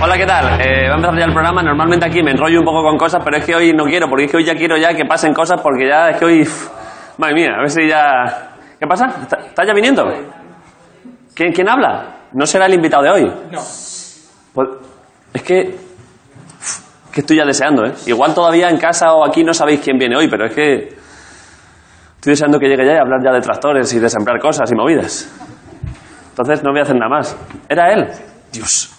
Hola, ¿qué tal? Eh, va a empezar ya el programa. Normalmente aquí me enrollo un poco con cosas, pero es que hoy no quiero, porque es que hoy ya quiero ya que pasen cosas, porque ya es que hoy... pff, madre mía, a ver si ya... ¿Qué pasa? ¿Está, está ya viniendo? ¿Quién, quién habla? ¿No será el invitado de hoy? No. es que... pff, que estoy ya deseando, ¿eh? Igual todavía en casa o aquí no sabéis quién viene hoy, pero es que... Estoy deseando que llegue ya y hablar ya de tractores y de sembrar cosas y movidas. Entonces no voy a hacer nada más. ¿Era él? Dios.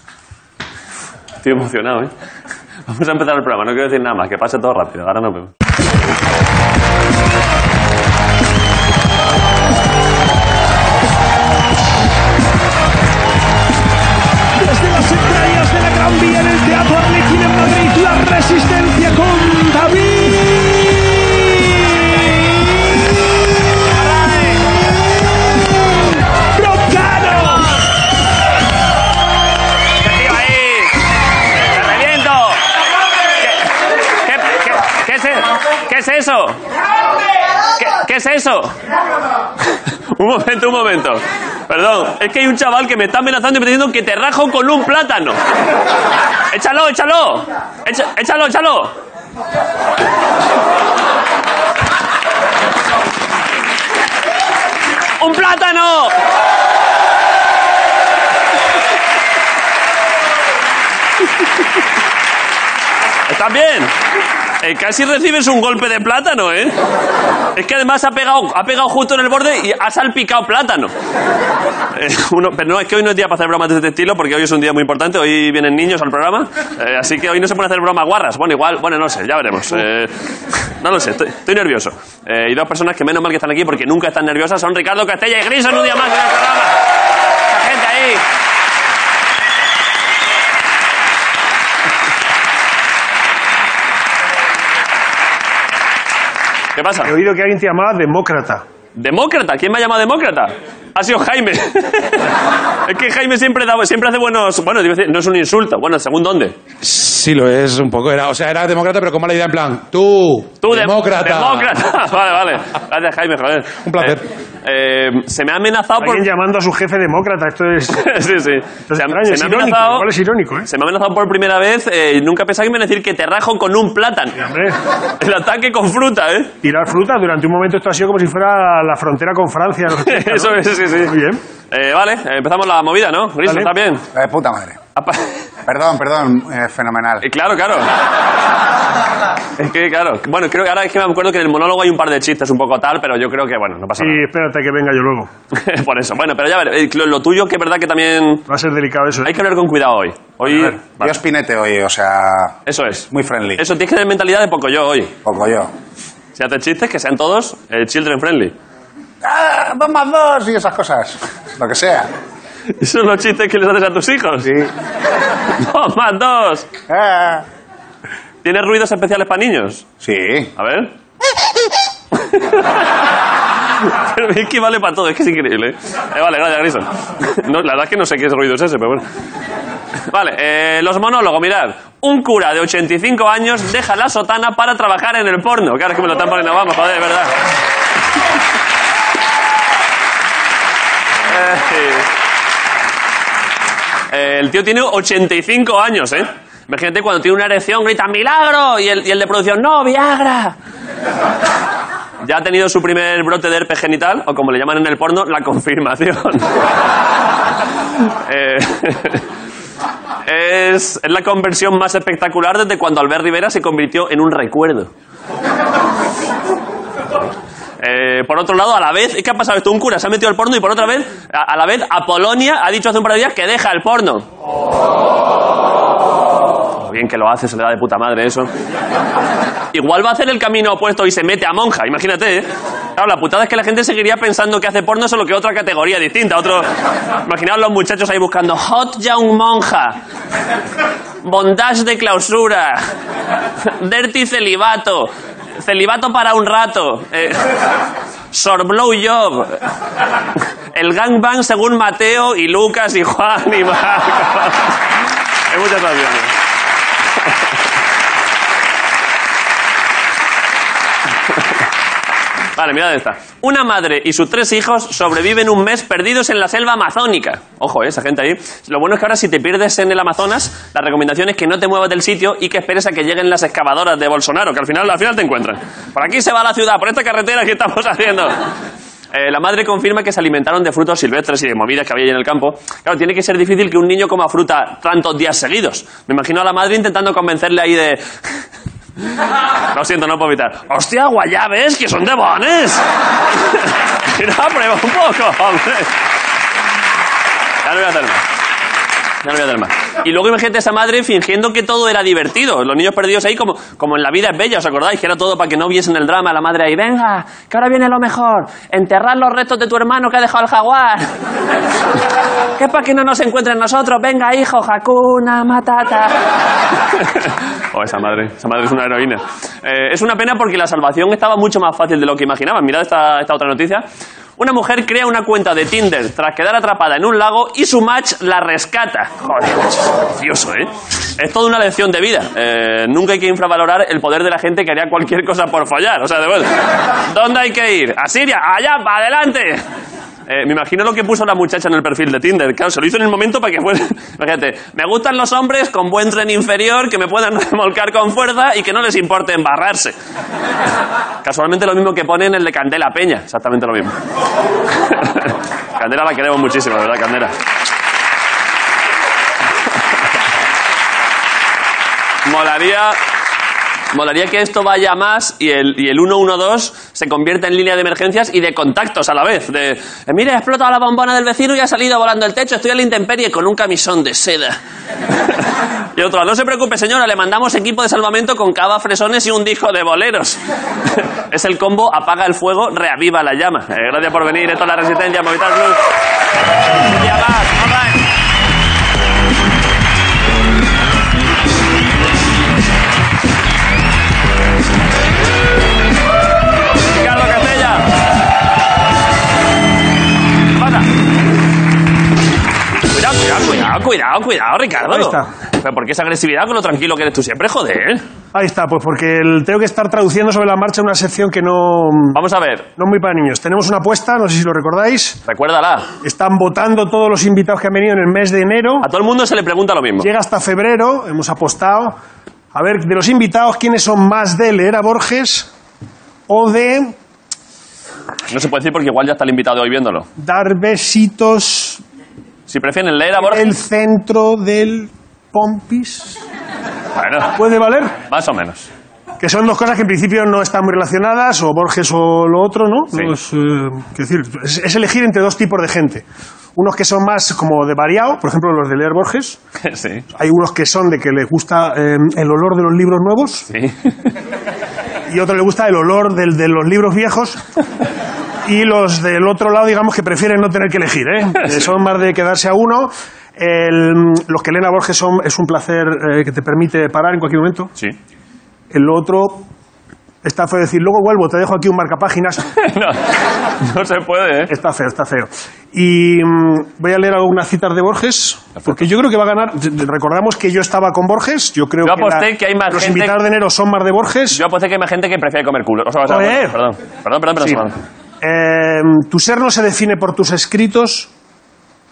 Estoy emocionado, ¿eh? Vamos a empezar el programa, no quiero decir nada más, que pase todo rápido, ahora nos vemos. Desde las entrañas de la Gran Vía en el Teatro Arlequín en Madrid, la resistencia con David Broncano. tío ahí! ¡Te reviento! ¿Qué, qué- qué- qué es, e- qué es eso? ¿Qué, qué es eso? un momento, un momento. Perdón, es que hay un chaval que me está amenazando y me está diciendo que te rajo con un plátano. ¡Échalo, échalo! Echa- ¡Échalo, échalo! ¡Un plátano! ¿Estás bien? Eh, casi recibes un golpe de plátano, ¿eh? Es que además ha pegado, ha pegado justo en el borde y ha salpicado plátano. Eh, uno- pero no, es que hoy no es día para hacer bromas de este estilo porque hoy es un día muy importante. Hoy vienen niños al programa. eh, así que hoy no se pueden hacer bromas guarras. Bueno, igual, bueno, no sé, ya veremos. Eh, no lo sé, estoy, estoy nervioso. Eh, y dos personas que menos mal que están aquí porque nunca están nerviosas son Ricardo Castella y Gris en un día más en el programa. Esa gente ahí. ¿Qué pasa? He oído que alguien te llamaba demócrata. ¿Demócrata? ¿Quién me ha llamado demócrata? Ha sido Jaime. es que Jaime siempre, da, siempre hace buenos... Bueno, iba a decir, no es un insulto. Bueno, según dónde. Sí, lo es un poco. Era, o sea, era demócrata, pero con mala idea, en plan, tú, Tú, de- demócrata. Demócrata. vale, vale. Gracias, Jaime, joder. Un placer. Eh, eh, se me ha amenazado por... Alguien llamando a su jefe demócrata. Esto es, esto sí, sí. es Se, ha- extraño, se es me ha irónico. amenazado... Igual es irónico, ¿eh? Se me ha amenazado por primera vez eh, y nunca pensaba que me iban a decir que te rajo con un plátano. Hombre, El ataque con fruta, ¿eh? tirar fruta. Durante un momento esto ha sido como si fuera la frontera con Francia. ¿no? Eso es, sí, sí. Muy bien. Eh, vale, empezamos la movida, ¿no? Gris, Vale. ¿estás bien? La de Eh, puta madre. Apa- Perdón, perdón, eh, fenomenal. Eh, Claro, claro. Es que, claro. Bueno, creo que ahora es que me acuerdo que en el monólogo hay un par de chistes un poco tal, pero yo creo que, bueno, no pasa Sí, espérate que venga yo luego. nada. Por eso. Bueno, pero ya ver, eh, lo, lo tuyo que es verdad que también Va a ser delicado eso. hay ¿eh? que hablar con cuidado hoy. Hoy... A ver, Vale, Dios Pinete hoy, o sea, Eso es. muy friendly. Eso, tienes que tener mentalidad de poco yo hoy. Poco yo. Si haces chistes, que sean todos eh, children friendly. ¡Ah, dos más dos! Y esas cosas. Lo que sea. Esos son los chistes que les haces a tus hijos. Sí. Dos más dos. Ah. ¿Tienes ruidos especiales para niños? Sí. A ver. Pero es que vale para todo, es que es increíble. ¿eh? Eh, vale, gracias, Grison. No, la verdad es que no sé qué ruido es ese, pero bueno. Vale, eh, los monólogos, mirad. Un cura de 85 años deja la sotana para trabajar en el porno. Claro, es que me lo están poniendo, vamos, joder, de verdad. Eh, eh, el tío tiene 85 años, ¿eh? Imagínate cuando tiene una erección, grita ¡Milagro! Y el, y el de producción, ¡No, Viagra! Ya ha tenido su primer brote de herpes genital, o como le llaman en el porno, la confirmación. Eh, es, es la conversión más espectacular desde cuando Albert Rivera se convirtió en un recuerdo. Eh, por otro lado, a la vez, es que ha pasado esto, un cura se ha metido al porno y por otra vez, a, a la vez, Apolonia ha dicho hace un par de días que deja el porno. Oh, Bien que lo hace, se le da de puta madre eso. Igual va a hacer el camino opuesto y se mete a monja, imagínate, ¿eh? Claro, la putada es que la gente seguiría pensando que hace porno solo que otra categoría distinta, otro... Imaginaos los muchachos ahí buscando Hot Young Monja, Bondage de clausura, Dirty Celibato, Celibato para un rato, eh, Sorblow Job, El Gangbang según Mateo y Lucas y Juan y Marcos. Hay muchas opciones. Vale, mirad esta. Una madre y sus tres hijos sobreviven un mes perdidos en la selva amazónica. Ojo, eh, esa gente ahí. Lo bueno es que ahora si te pierdes en el Amazonas, la recomendación es que no te muevas del sitio y que esperes a que lleguen las excavadoras de Bolsonaro, que al final, al final te encuentran. Por aquí se va la ciudad, por esta carretera que estamos haciendo. Eh, la madre confirma que se alimentaron de frutos silvestres y de movidas que había allí en el campo. Claro, tiene que ser difícil que un niño coma fruta tantos días seguidos. Me imagino a la madre intentando convencerle ahí de... Lo siento, no puedo evitar. ¡Hostia, guayabes, que son de bones! Mira, prueba un poco, hombre. Ya no voy a hacer más. Ya no voy a hacer más. Y luego imagínate a esa madre fingiendo que todo era divertido. Los niños perdidos ahí, como, como en La vida es bella, ¿os acordáis? Que era todo para que no viesen el drama. La madre ahí, venga, que ahora viene lo mejor. Enterrar los restos de tu hermano que ha dejado el jaguar. que es para que no nos encuentren nosotros. Venga, hijo, Hakuna Matata. oh, esa madre. Esa madre es una heroína. Eh, es una pena porque la salvación estaba mucho más fácil de lo que imaginaban. Mirad esta, esta otra noticia. Una mujer crea una cuenta de Tinder tras quedar atrapada en un lago y su match la rescata. Joder, macho, es precioso, ¿eh? Es toda una lección de vida. Eh, nunca hay que infravalorar el poder de la gente que haría cualquier cosa por follar. O sea, de vuelta. ¿Dónde hay que ir? ¿A Siria? ¡Allá, para adelante! Eh, me imagino lo que puso la muchacha en el perfil de Tinder. Claro, se lo hizo en el momento para que fuera. Fíjate, me gustan los hombres con buen tren inferior, que me puedan remolcar con fuerza y que no les importe embarrarse. Casualmente lo mismo que pone en el de Candela Peña, exactamente lo mismo. Candela la queremos muchísimo, de ¿verdad, Candela? Molaría. Molaría que esto vaya a más y el, y el 112 se convierta en línea de emergencias y de contactos a la vez. De, eh, mire, ha explotado la bombona del vecino y ha salido volando el techo. Estoy a la intemperie con un camisón de seda. y otro, no se preocupe, señora, le mandamos equipo de salvamento con cava, fresones y un disco de boleros. es el combo apaga el fuego, reaviva la llama. Eh, gracias por venir, esto es La Resistencia, Movistar Plus. Y a más, all right. Ricardo Castella. ¿Qué pasa? Cuidado, cuidado, cuidado, cuidado, cuidado, Ricardo. Ahí está. Pero ¿por qué esa agresividad con lo tranquilo que eres tú siempre, joder? Ahí está, pues porque el- tengo que estar traduciendo sobre la marcha una sección que no, no Vamos a ver, es muy para niños. Tenemos una apuesta, no sé si lo recordáis. recuérdala. Están votando todos los invitados que han venido en el mes de enero. A todo el mundo se le pregunta lo mismo. Llega hasta febrero, hemos apostado. A ver, de los invitados, ¿quiénes son más de Leera Borges o de No se puede decir porque igual ya está el invitado hoy viéndolo. dar besitos Si prefieren leer a el Borges, centro del Pompis? bueno, ¿Puede valer? más o menos. Que son dos cosas que en principio no están muy relacionadas, o Borges o lo otro, ¿no? Sí. No es, eh, quiero decir, es, es elegir entre dos tipos de gente. Unos que son más como de variado, por ejemplo los de leer Borges. Sí, Hay unos que son de que les gusta eh, el olor de los libros nuevos. sí. y otro le gusta el olor del, de los libros viejos. Y los del otro lado, digamos que prefieren no tener que elegir, ¿eh? Eh, Son más de quedarse a uno. El, mm, los que leen a Borges son, es un placer eh, que te permite parar en cualquier momento. Sí. El otro está feo decir, luego vuelvo, te dejo aquí un marcapáginas. No, no se puede, ¿eh? Está feo, está feo. Y mm, voy a leer algunas citas de Borges, porque yo creo que va a ganar. Recordamos que yo estaba con Borges, yo creo Yo que, aposté que hay más los gente- invitados de enero son más de Borges. Yo apuesto que hay más gente que prefiere comer culo. O sea, o sea, Joder. perdón, perdón, perdón, Sí. perdón. Eh, tu ser no se define por tus escritos,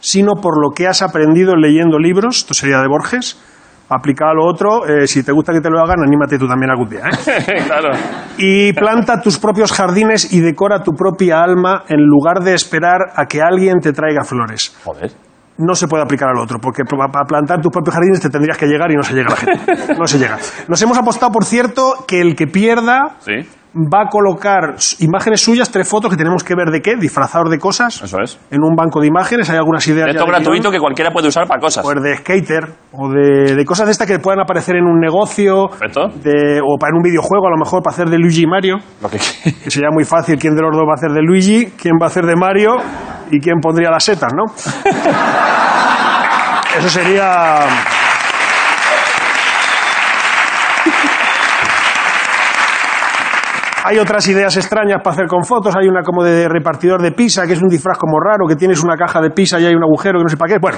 sino por lo que has aprendido leyendo libros. Esto sería de Borges. Aplicado a lo otro, eh, si te gusta que te lo hagan, anímate tú también algún día. ¿eh? claro. Y planta tus propios jardines y decora tu propia alma en lugar de esperar a que alguien te traiga flores. Joder. No se puede aplicar al otro, porque pa- para plantar tus propios jardines te tendrías que llegar y no se llega la gente. No se llega. Nos hemos apostado, por cierto, que el que pierda Sí, va a colocar s- imágenes suyas, tres fotos que tenemos que ver de qué, disfrazados de cosas, eso es. en un banco de imágenes. Hay algunas ideas. ya Esto de gratuito guión, que cualquiera puede usar para cosas. Pues de skater o de, de cosas de estas que puedan aparecer en un negocio Perfecto. de- o para en un videojuego, a lo mejor para hacer de Luigi y Mario. Lo que Que sería muy fácil quién de los dos va a hacer de Luigi, quién va a hacer de Mario y quién pondría las setas, ¿no? Eso sería. Hay otras ideas extrañas para hacer con fotos. Hay una como de repartidor de pizza, que es un disfraz como raro, que tienes una caja de pizza y hay un agujero que no sé para qué. Bueno,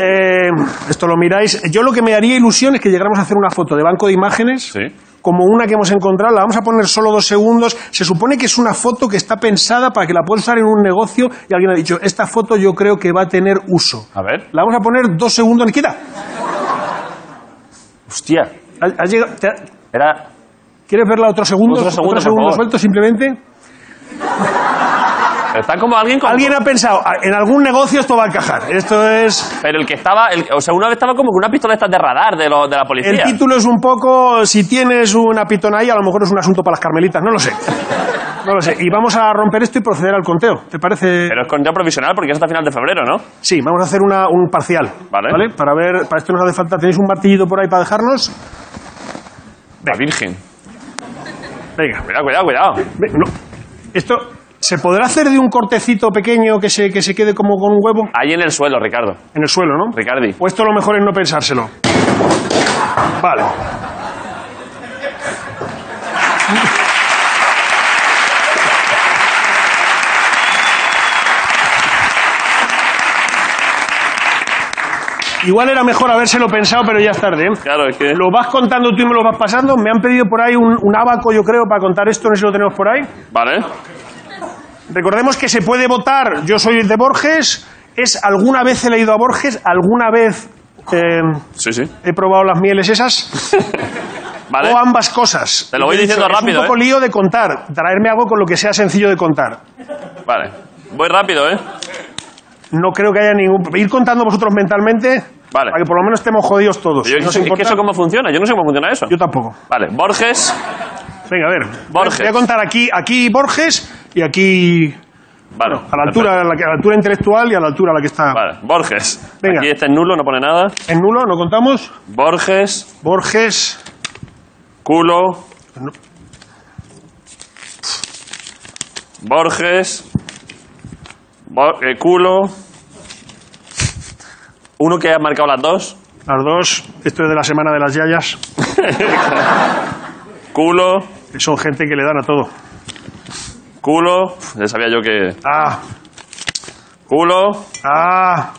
eh, esto lo miráis. Yo lo que me haría ilusión es que llegáramos a hacer una foto de banco de imágenes Sí. con como una que hemos encontrado, la vamos a poner solo dos segundos. Se supone que es una foto que está pensada para que la puedas usar en un negocio y alguien ha dicho, esta foto yo creo que va a tener uso. A ver. La vamos a poner dos segundos, Nikita. Hostia. ¿Has- has llegado- te ha- Era. ¿Quieres verla otro segundo? Otro segundo, por segundo favor. suelto simplemente. Está como alguien con. Alguien ha pensado, "Ah, en algún negocio esto va a encajar. Esto es... Pero el que estaba. el- o sea, uno estaba como con una pistola de estas de radar de, lo- de la policía. El título es un poco, si tienes una pitona ahí, a lo mejor es un asunto para las carmelitas, no lo sé. No lo sé. Y vamos a romper esto y proceder al conteo. ¿Te parece? Pero es conteo provisional porque es hasta final de febrero, ¿no? Sí, vamos a hacer una- un parcial. Vale. Para ver, para esto nos hace falta. ¿Tenéis un martillito por ahí para dejarnos? La Virgen. Venga. Cuidado, cuidado, cuidado. Ve- no. Esto, ¿se podrá hacer de un cortecito pequeño que se, que se quede como con un huevo? Ahí en el suelo, Ricardo. En el suelo, ¿no? Ricardi. O esto lo mejor es no pensárselo. Vale. Igual era mejor habérselo pensado, pero ya es tarde. ¿eh? Claro, es que. Lo vas contando tú y me lo vas pasando. Me han pedido por ahí un, un abaco, yo creo, para contar esto. No sé si lo tenemos por ahí. Vale. Recordemos que se puede votar. Yo soy de Borges. Es alguna vez he leído a Borges, alguna vez eh, Sí, sí. he probado las mieles esas, Vale. o ambas cosas. Te lo voy He dicho, diciendo Es rápido, un poco ¿eh? lío de contar. Traerme algo con lo que sea sencillo de contar. Vale. Voy rápido, ¿eh? No creo que haya ningún. Ir contando vosotros mentalmente, Vale. para que por lo menos estemos jodidos todos. Yo, ¿No os es que importa? eso cómo funciona. Yo no sé cómo funciona eso. Yo tampoco. Vale. Borges. Venga, a ver. Borges. Voy a contar aquí, aquí Borges y aquí Vale. A la altura, a la, que- a la altura intelectual y a la altura a la que está. Vale. Borges. Venga. Aquí está en nulo, no pone nada. En nulo, ¿no contamos? Borges. Borges. Culo. No. Borges. Bo- eh, culo. Uno que ha marcado las dos. Las dos. Esto es de la semana de las yayas. Culo. que Son gente que le dan a todo. Culo. Uf, Ya sabía yo que. Ah, Culo. ah.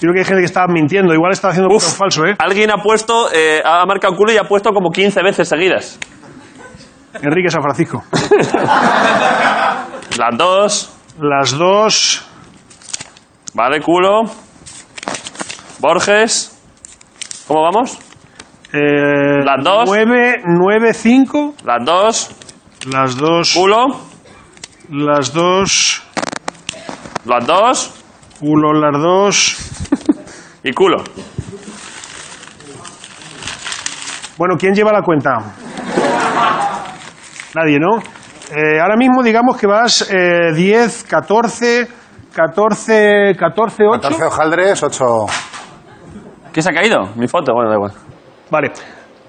Yo creo que hay gente que está mintiendo. Igual está haciendo Uf. cosas falso, ¿eh? Alguien ha puesto. eh, ha marcado culo y ha puesto como 15 veces seguidas. Enrique San Francisco. Las dos. Las dos. Vale, culo. Borges. ¿Cómo vamos? eh, Las dos. Nueve, nueve, cinco. Las dos. Las dos. Culo. Las dos. Las dos. Culo, las dos. Y culo. Bueno, ¿quién lleva la cuenta? Nadie, ¿no? Eh, ahora mismo digamos que vas eh, 10, 14, 14, 14, 8. 14 hojaldres, 8. ¿Qué se ha caído? Mi foto. Bueno, da igual. Vale.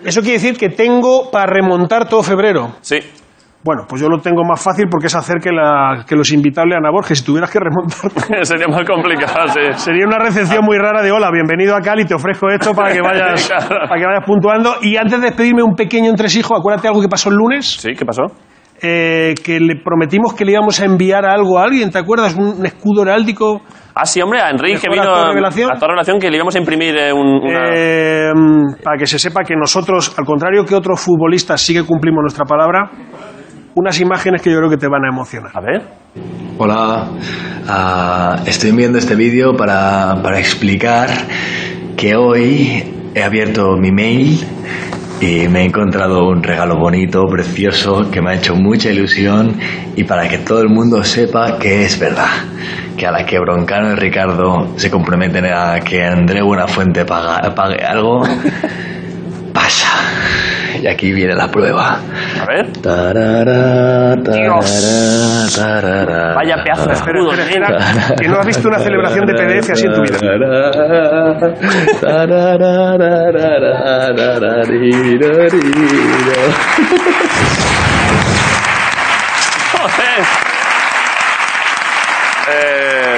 Eso quiere decir que tengo para remontar todo febrero. Sí. Bueno, pues yo lo tengo más fácil porque es hacer que, la- que los invitables a Ana Borges. Si tuvieras que remontar, Sería más complicado, sí. sería una recepción muy rara de hola, bienvenido a Cali, te ofrezco esto para que vayas, Claro. para que vayas puntuando. Y antes de despedirme, un pequeño entresijo, acuérdate algo que pasó el lunes. Sí, ¿qué pasó? eh, que le prometimos que le íbamos a enviar a algo a alguien, ¿te acuerdas? Un, un escudo heráldico. Ah, sí, hombre, a Enrique que Mejor vino actor revelación. a toda revelación que le íbamos a imprimir eh, un, una- eh, para que se sepa que nosotros, al contrario que otros futbolistas, sí que cumplimos nuestra palabra. Unas imágenes que yo creo que te van a emocionar. A ver. Hola, ah, estoy enviando este vídeo para, para explicar que hoy he abierto mi mail y me he encontrado un regalo bonito, precioso, que me ha hecho mucha ilusión y para que todo el mundo sepa que es verdad, que a la que Broncano y Ricardo se comprometen a que André Buenafuente paga- pague algo, pasa. Y aquí viene la prueba. A ver. Tarara, tarara, Dios. tarara. Vaya pedazo de Espera, escudo, espera, nena. espera, que no has visto una celebración de PDF así en tu vida. Joder. Eh,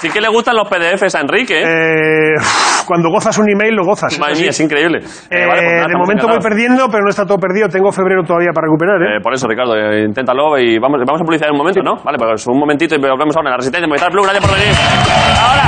sí que le gustan los PDFs a Enrique. ¿eh? Eh, cuando gozas un email, lo gozas. Madre Eso mía, sí. es increíble. Eh, vale, Eh, pues nada, de estamos momento voy encantados. perdiendo, pero no está todo perdido. Tengo febrero todavía para recuperar. ¿eh? Eh, por eso, Ricardo, eh, inténtalo y vamos, vamos a publicidad en un momento, ¿no? Vale, pues un momentito y volvemos ahora en la Resistencia Movistar Plus. Gracias por venir. ¡Ahora!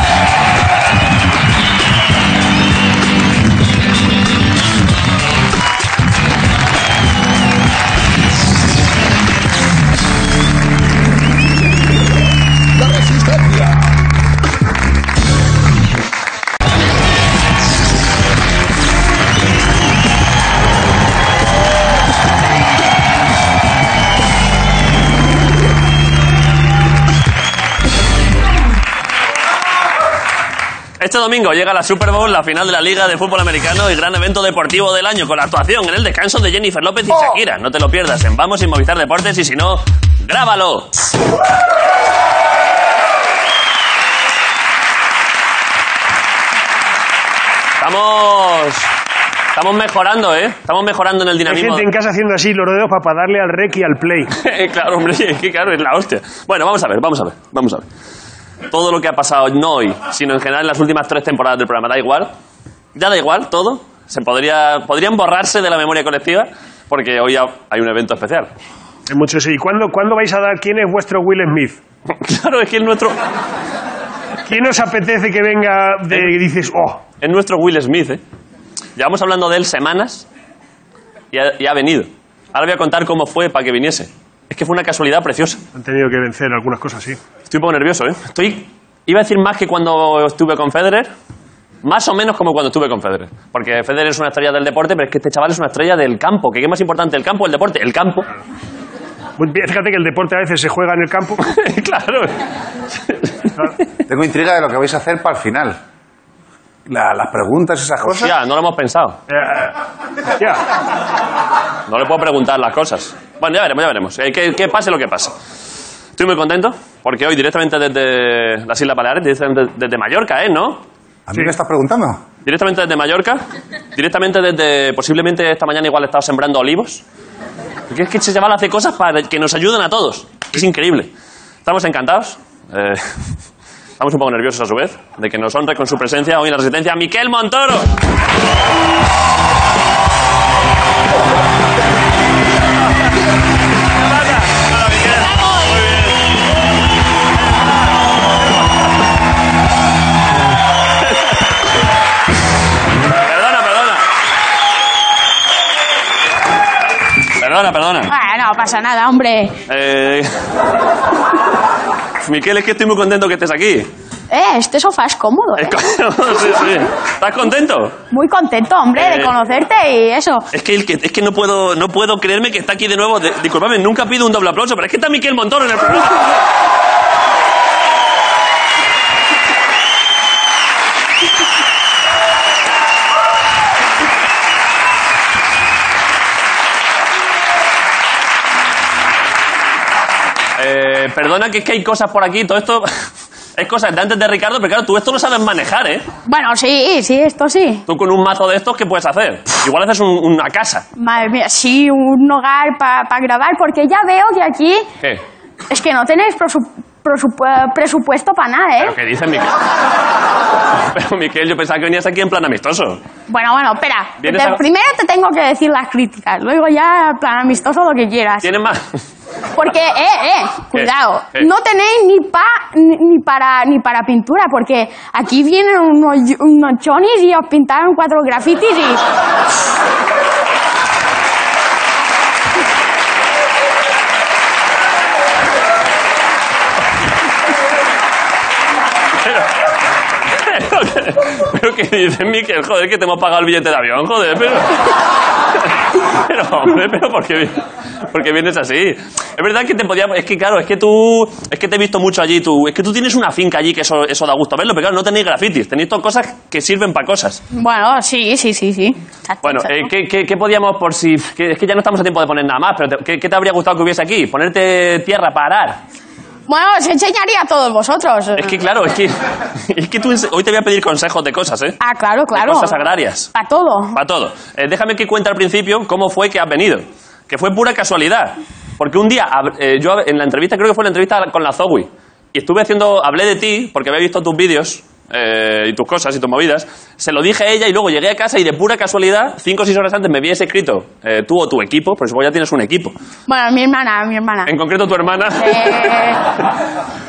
Este domingo llega la Super Bowl, la final de la Liga de Fútbol Americano y gran evento deportivo del año con la actuación en el descanso de Jennifer López y Shakira. No te lo pierdas en Vamos sin Movistar Deportes y si no, grábalo. Estamos. Estamos mejorando, ¿eh? Estamos mejorando en el Hay dinamismo. gente en casa haciendo así los dedos para, para darle al rec y al play. Eh, claro, hombre, es que claro, es la hostia. Bueno, vamos a ver, vamos a ver, vamos a ver. Todo lo que ha pasado, no hoy, sino en general en las últimas tres temporadas del programa, da igual. Ya da igual, todo. Se podría, podrían borrarse de la memoria colectiva porque hoy ha- hay un evento especial. Hay muchos. ¿Y cuándo, cuándo vais a dar quién es vuestro Will Smith? Claro, es que es nuestro, ¿Quién os apetece que venga de y dices, oh, es nuestro Will Smith, ¿eh? Llevamos hablando de él semanas y ha, y ha venido. Ahora voy a contar cómo fue para que viniese. Es que fue una casualidad preciosa. han tenido que vencer algunas cosas, sí. Estoy un poco nervioso, ¿eh? Estoy... Iba a decir más que cuando estuve con Federer. Más o menos como cuando estuve con Federer. Porque Federer es una estrella del deporte, pero es que este chaval es una estrella del campo. ¿Qué qué es más importante, el campo o el deporte? El campo. Muy bien, Fíjate que el deporte a veces se juega en el campo. eh, claro. Tengo intriga de lo que vais a hacer para el final. La- las preguntas, esas cosas. Ya, no lo hemos pensado. Eh, ya. No le puedo preguntar las cosas. Bueno, ya veremos, ya veremos. Eh, que, que pase lo que pase. Estoy muy contento porque hoy directamente desde las Islas Baleares, directamente desde Mallorca, ¿eh? ¿No? ¿A mí me estás preguntando? Directamente desde Mallorca, directamente desde. Posiblemente esta mañana igual he estado sembrando olivos. Porque es que este chaval hace cosas para que nos ayuden a todos. Es increíble. Estamos encantados. eh, estamos un poco nerviosos a su vez de que nos honre con su presencia hoy en la Resistencia Miquel Montoro. Perdona, perdona. Perdona, perdona. Bueno, Ah, no pasa nada, hombre. Eh, Miquel, es que estoy muy contento que estés aquí. Eh, este sofá es cómodo, ¿eh? Es co- sí, sí. ¿Estás contento? Muy contento, hombre, Eh. de conocerte y eso. Es que, el que- es que no, puedo, no puedo creerme que está aquí de nuevo. De- disculpadme, nunca pido un doble aplauso, pero es que está Miquel Montoro en el programa. Eh, perdona que es que hay cosas por aquí, todo esto es cosas de antes de Ricardo, pero claro, tú esto lo sabes manejar, ¿eh? Bueno, sí, sí, esto sí. Tú con un mazo de estos, ¿qué puedes hacer? Igual haces un- una casa. Madre mía, sí, un hogar para grabar, porque ya veo que aquí ¿Qué? es que no tenéis presu- presupu- presupuesto para nada, ¿Pero ¿eh? qué dices, Miquel? Pero, Miquel, yo pensaba que venías aquí en plan amistoso. Bueno, bueno, espera. ¿Vienes Te- a- Primero te tengo que decir las críticas, luego ya, en plan amistoso, lo que quieras. ¿Tienes más? Porque, eh, eh, cuidado, ¿Qué? ¿Qué? no tenéis ni pa, ni, ni para ni para pintura, porque aquí vienen unos, unos chonis y os pintaron cuatro grafitis y... ¿Pero, pero qué dices, Miquel? Joder, que te hemos pagado el billete de avión, joder, pero... Pero, hombre, pero ¿por qué, vi- por qué vienes así? Es verdad que te podía... Es que, claro, es que tú... Es que te he visto mucho allí, tú... Es que tú tienes una finca allí que eso, eso da gusto verlo, pero claro, no tenéis grafitis, tenéis todas cosas que sirven para cosas. Bueno, sí, sí, sí, sí. Exacto, Bueno, exacto. eh, ¿qué, qué, qué podíamos por si... que- es que ya no estamos a tiempo de poner nada más, pero te- ¿qué, qué te habría gustado que hubiese aquí? ¿Ponerte tierra para arar? Bueno, os enseñaría a todos vosotros. Es que claro, es que, es que tú ens- hoy te voy a pedir consejos de cosas, ¿eh? Ah, claro, claro. cosas agrarias. Para todo. Para todo. Eh, déjame que cuente al principio cómo fue que has venido. Que fue pura casualidad. Porque un día, hab- eh, yo hab- en la entrevista, creo que fue la entrevista con la Zoe, y estuve haciendo, hablé de ti porque había visto tus vídeos eh, y tus cosas y tus movidas. Se lo dije a ella y luego llegué a casa y de pura casualidad, cinco o seis horas antes me habías escrito eh, tú o tu equipo, por supuesto ya tienes un equipo. Bueno, mi hermana, mi hermana. En concreto tu hermana. Eh,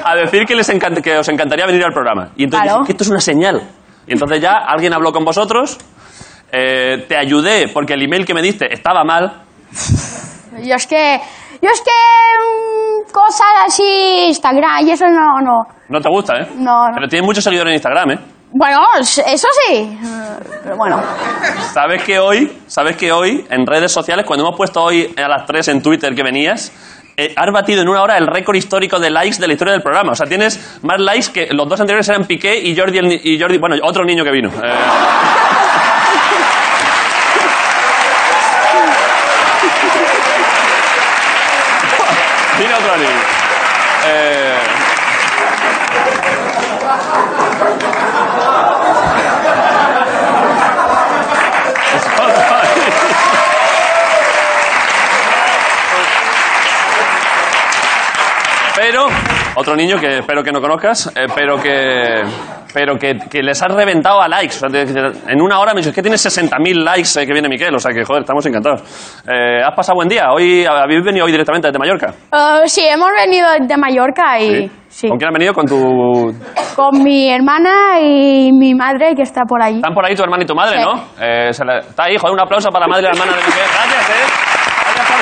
a decir que, les encant- que os encantaría venir al programa. Y entonces Claro. dije, que esto es una señal. Y entonces ya alguien habló con vosotros, eh, te ayudé porque el email que me diste estaba mal. yo es que... Yo es que... mm, cosas así, Instagram y eso no, no. No te gusta, ¿eh? No, no. Pero tienes muchos seguidores en Instagram, ¿eh? Bueno, eso sí. eh, Pero bueno. Sabes que hoy, sabes que hoy en redes sociales, cuando hemos puesto hoy a las 3 en Twitter que venías, eh, has batido en una hora el récord histórico de likes de la historia del programa. O sea, tienes más likes que los dos anteriores eran Piqué y Jordi, el ni- y Jordi bueno, otro niño que vino. Eh, Vino otro niño. Eh, Pero, otro niño que espero que no conozcas, eh, pero que pero que, que les has reventado a likes. O sea, te- te- en una hora me dices que tienes 60.000 likes eh, que viene Miquel. O sea que, joder, estamos encantados. Eh, ¿Has pasado buen día? hoy ¿Habéis venido hoy directamente desde Mallorca? Eh, sí, hemos venido de Mallorca y... Sí. ¿Con quién has venido? ¿Con tu... Con mi hermana y mi madre que está por allí. Están por ahí tu hermano y tu madre, Sí. ¿no? Eh, se la- Está ahí, joder, un aplauso para la madre y la hermana de Miquel. Gracias, ¿eh? Gracias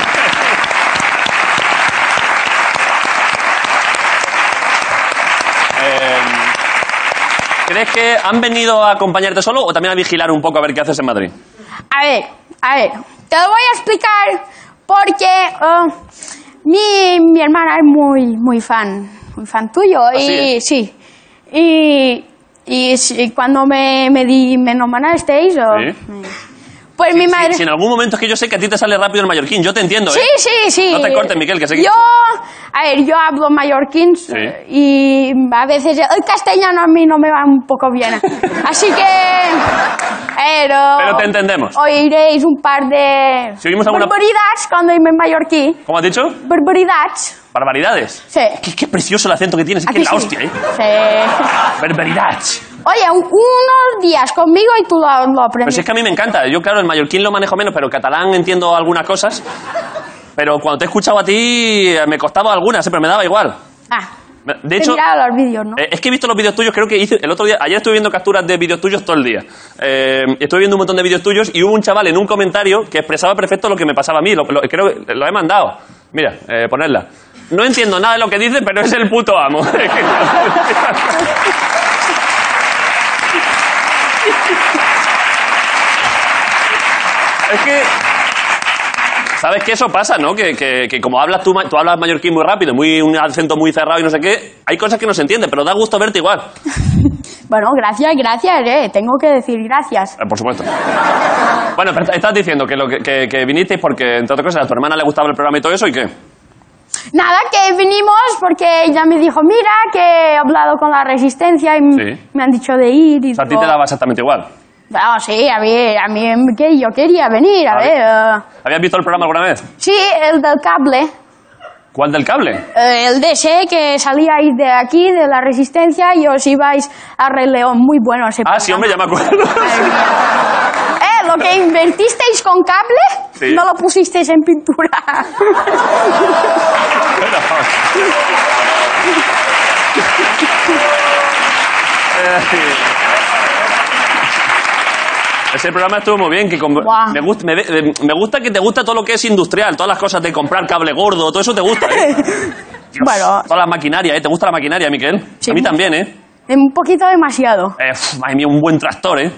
por- Eh, ¿Crees que han venido a acompañarte solo o también a vigilar un poco a ver qué haces en Madrid? A ver, a ver, te lo voy a explicar porque eh, mi, mi hermana es muy, muy fan, muy fan tuyo y ¿Ah, sí? sí. Y, y si- cuando me, me, di, me nombrasteis, o- Sí. pues mi madre... Si en algún momento es que yo sé que a ti te sale rápido el mallorquín, yo te entiendo, ¿eh? Sí, sí, sí. No te cortes, Miquel, que sé que- Yo, a ver, yo hablo mallorquín y a veces el castellano a mí no me va un poco bien. Así que... Pero, Pero te entendemos. Oiréis un par de... Si oímos alguna- Barbaridades cuando dime en mallorquí. ¿Cómo has dicho? Barbaridades. Barbaridades. Sí. Qué, qué precioso el acento que tienes, es que Aquí es la sí. hostia, ¿eh? Sí. Barbaridades. Oye, un- unos días conmigo y tú lo, lo Pero aprendes. si Pues es que a mí me encanta. Yo, claro, el mallorquín lo manejo menos, pero catalán entiendo algunas cosas. Pero cuando te he escuchado a ti, eh, me costaba algunas, eh, pero me daba igual. Ah, Me- De te he hecho, mirado los vídeos, ¿no? eh, es que he visto los vídeos tuyos, creo que hice el otro día, ayer estuve viendo capturas de vídeos tuyos todo el día. Eh, estuve viendo un montón de vídeos tuyos y hubo un chaval en un comentario que expresaba perfecto lo que me pasaba a mí. Lo, lo- creo que lo he mandado. Mira, eh, ponerla. No entiendo nada de lo que dice, pero es el puto amo. Es que. ¿Sabes que eso pasa, no? Que, que- que como hablas tú, ma- tú hablas mallorquín muy rápido, muy, un acento muy cerrado y no sé qué, hay cosas que no se entienden, pero da gusto verte igual. Bueno, gracias, gracias, eh. Tengo que decir gracias. Eh, Por supuesto. Bueno, pero estás diciendo que, lo que, que- que vinisteis porque, entre otras cosas, a tu hermana le gustaba el programa y todo eso, ¿y qué? Nada, que vinimos porque ella me dijo, mira, que he hablado con la resistencia y m- Sí. me han dicho de ir. Y O sea, a ti digo, te daba exactamente igual. "No, sí, a mí, a mí em, que yo quería venir, a, A ver. eh, ¿Habías visto el programa alguna vez? sí, el del cable, ¿Cuál del cable? eh, el de ese que salíais de aquí, de la resistencia, y os ibais a Rey León. Muy bueno ese Ah, sí, hombre, ya me acuerdo. programa. Eh, lo que invertisteis con cable, Sí. no lo pusisteis en pintura. Ese programa estuvo muy bien. Que con- Guau. me, gusta, me, ve- me gusta que te gusta todo lo que es industrial, todas las cosas de comprar cable gordo, todo eso te gusta, ¿eh? Dios, Bueno. Toda la maquinaria, ¿eh? ¿Te gusta la maquinaria, Miquel? Sí. A mí también, ¿eh? un poquito demasiado. Eh, pf, madre mía, un buen tractor, ¿eh?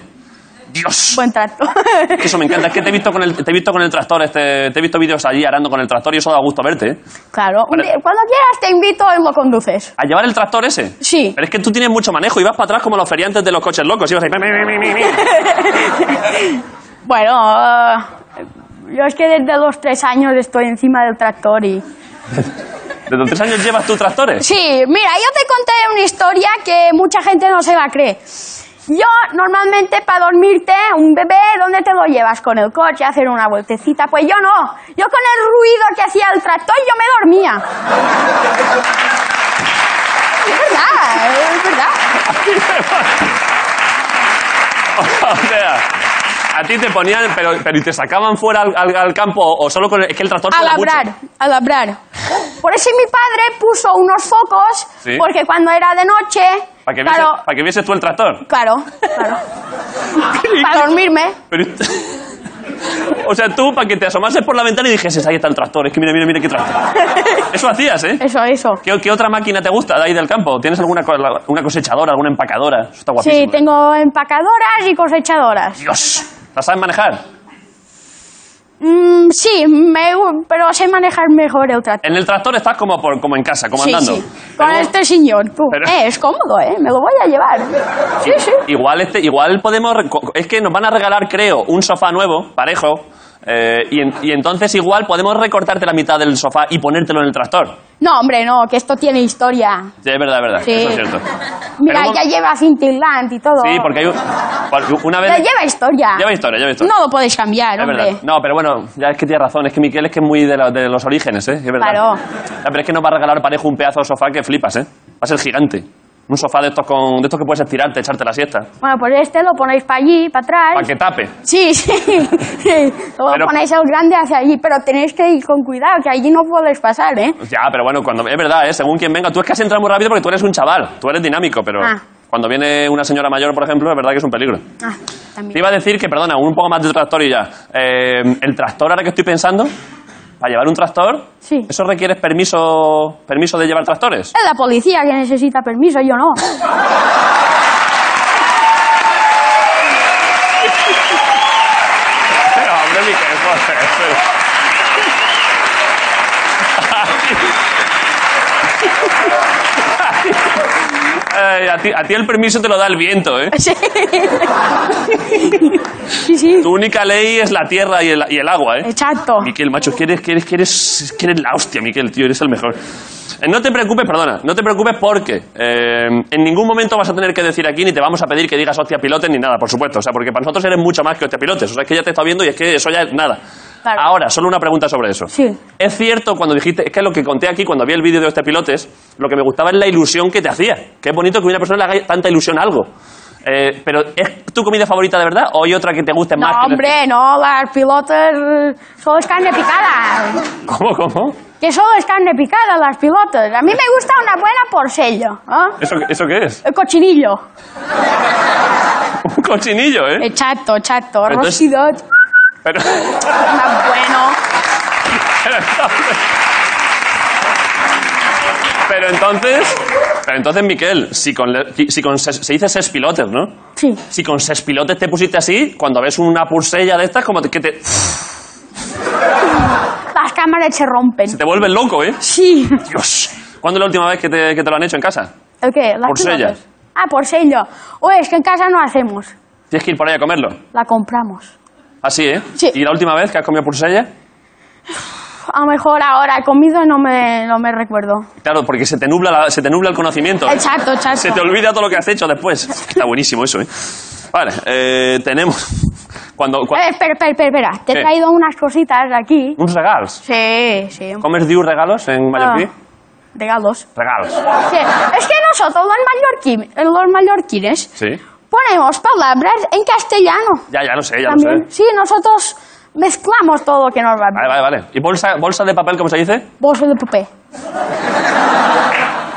Dios. Buen trato. Que Eso me encanta. Es que te he visto con el, te he visto con el tractor, este, te he visto vídeos allí arando con el tractor y eso da gusto verte, ¿eh? Claro, un Vale. día- cuando quieras te invito y lo conduces. ¿A llevar el tractor ese? Sí. Pero es que tú tienes mucho manejo y vas para atrás como los feriantes de los coches locos. Ibas ahí, "Mi, mi, mi, mi, mi". Bueno, eh, yo es que desde los tres años estoy encima del tractor y... ¿Desde los tres años llevas tus tractores? Sí, mira, yo te conté una historia que mucha gente no se va a creer. Yo normalmente para dormirte, un bebé, ¿dónde te lo llevas? Con el coche, hacer una vueltecita. Pues yo no. Yo con el ruido que hacía el tractor yo me dormía. Es verdad, es verdad. o sea, a ti te ponían, pero, pero ¿y te sacaban fuera al, al- al campo o solo con... el- Es que el tractor A suena labrar, mucho. a labrar. Por eso mi padre puso unos focos, Sí. porque cuando era de noche, Para que, claro, vieses, para que vieses tú el tractor. claro, claro, para dormirme. Pero- o sea, tú para que te asomases por la ventana y dijeses, ahí está el tractor, es que mira, mira, mira qué tractor. Eso hacías, ¿eh? Eso, eso. ¿Qué, qué otra máquina te gusta de ahí del campo? ¿Tienes alguna co- la- una cosechadora, alguna empacadora? Eso está guapísimo. Sí, tengo empacadoras y cosechadoras. Dios, ¿la sabes manejar? Mm, sí, me gu- pero sé manejar mejor el trato. En el tractor estás como, por, como en casa, como Sí, andando. sí. Con Pero- este señor. tú. Pero- Eh, es cómodo, ¿eh? Me lo voy a llevar. Sí, sí. Igual, este, igual podemos. re- co- Es que nos van a regalar, creo, un sofá nuevo, parejo. eh, y, en- y entonces, igual podemos recortarte la mitad del sofá y ponértelo en el tractor. No, hombre, no, que esto tiene historia. Sí, es verdad, es verdad. Sí. Eso es cierto. Mira, Pero- ya lleva Cintiland y todo. Sí, porque hay un- porque una vez. Ya lleva historia. Lleva historia, lleva historia. No lo podéis cambiar, Es hombre. verdad. No, pero bueno, ya es que tienes razón. Es que Miquel es que es muy de, la- de los orígenes, ¿eh? Es verdad. Claro. Ya, pero es que nos va a regalar parejo un pedazo de sofá que flipas, ¿eh? Va a ser gigante. Un sofá de estos, con, de estos que puedes estirarte, echarte la siesta. Bueno, pues este lo ponéis para allí, para atrás. Para que tape. Sí, sí. Luego Pero- ponéis el grande hacia allí, pero tenéis que ir con cuidado, que allí no podéis pasar, ¿eh? Ya, pero bueno, cuando es verdad, ¿eh? según quien venga, tú es que has entrado muy rápido porque tú eres un chaval, tú eres dinámico, pero Ah. cuando viene una señora mayor, por ejemplo, es verdad que es un peligro. Ah, Te también. iba a decir que, perdona, un poco más de tractor y ya. Eh, el tractor, ahora que estoy pensando, para llevar un tractor, Sí. ¿eso requiere permiso, permiso de llevar tractores? Es la policía que necesita permiso, yo no. Pero, hombre, Miguel, joder, pero- Ay. Ay, a ti- a ti el permiso te lo da el viento, ¿eh? Sí. Sí, sí. Tu única ley es la tierra y el, y el agua, ¿eh? Exacto. Miquel, macho, es que eres, que eres, que eres, que eres la hostia, Miquel, tío, eres el mejor. Eh, No te preocupes, perdona, no te preocupes porque eh, en ningún momento vas a tener que decir aquí ni te vamos a pedir que digas hostia pilotes ni nada, por supuesto. O sea, porque para nosotros eres mucho más que hostia pilotes. O sea, es que ya te está viendo y es que eso ya es nada. Claro. Ahora, solo una pregunta sobre eso. Sí. Es cierto cuando dijiste, es que lo que conté aquí cuando vi el vídeo de hostia pilotes, lo que me gustaba es la ilusión que te hacía. Qué bonito que una persona le haga tanta ilusión a algo. Eh, pero ¿es tu comida favorita de verdad o hay otra que te guste No, más? que- hombre, no, las pilotas eh, solo es carne picada. ¿Cómo, cómo? Que solo es carne picada las pilotas. A mí me gusta una buena porcello, ¿ah? ¿Eso, ¿Eso qué es? El cochinillo. Un cochinillo, ¿eh? Exacto, exacto. Pero entonces- Rocido. Pero, Más bueno. pero entonces... Pero entonces... Pero entonces, Miquel, si con, le- si con ses- se dice ses pilotes, ¿no? Sí. Si con ses pilotes te pusiste así, cuando ves una pulsella de estas, como te- que te, Las cámaras se rompen. te vuelves loco, ¿eh? Sí. Dios. ¿Cuándo es la última vez que te, que te lo han hecho en casa? ¿El qué? Las Porcella. pilotas. Ah, porcello. Oye, es que en casa no hacemos. Tienes que ir por ahí a comerlo. La compramos. Así, ¿eh? Sí. ¿Y la última vez que has comido pulsella? A lo mejor ahora he comido y no me, no me recuerdo. Claro, porque se te nubla, la- se te nubla el conocimiento. ¿eh? Exacto, exacto. Se te olvida todo lo que has hecho después. Está buenísimo eso, ¿eh? Vale, eh, tenemos... Cuando, cua- Eh, espera, espera, espera, espera. Te ¿Qué? he traído unas cositas aquí. ¿Uns regals? Sí, sí. ¿Comes dius regalos en Mallorquí? Ah, regalos. Regalos. Sí. Es que nosotros los, mallorquí- los mallorquines Sí. ponemos palabras en castellano. Ya, ya lo sé, ya lo También. sé. Sí, nosotros mezclamos todo lo que nos va Vale, a... vale, vale. ¿Y bolsa, bolsa de papel, cómo se dice? Bolso de papel.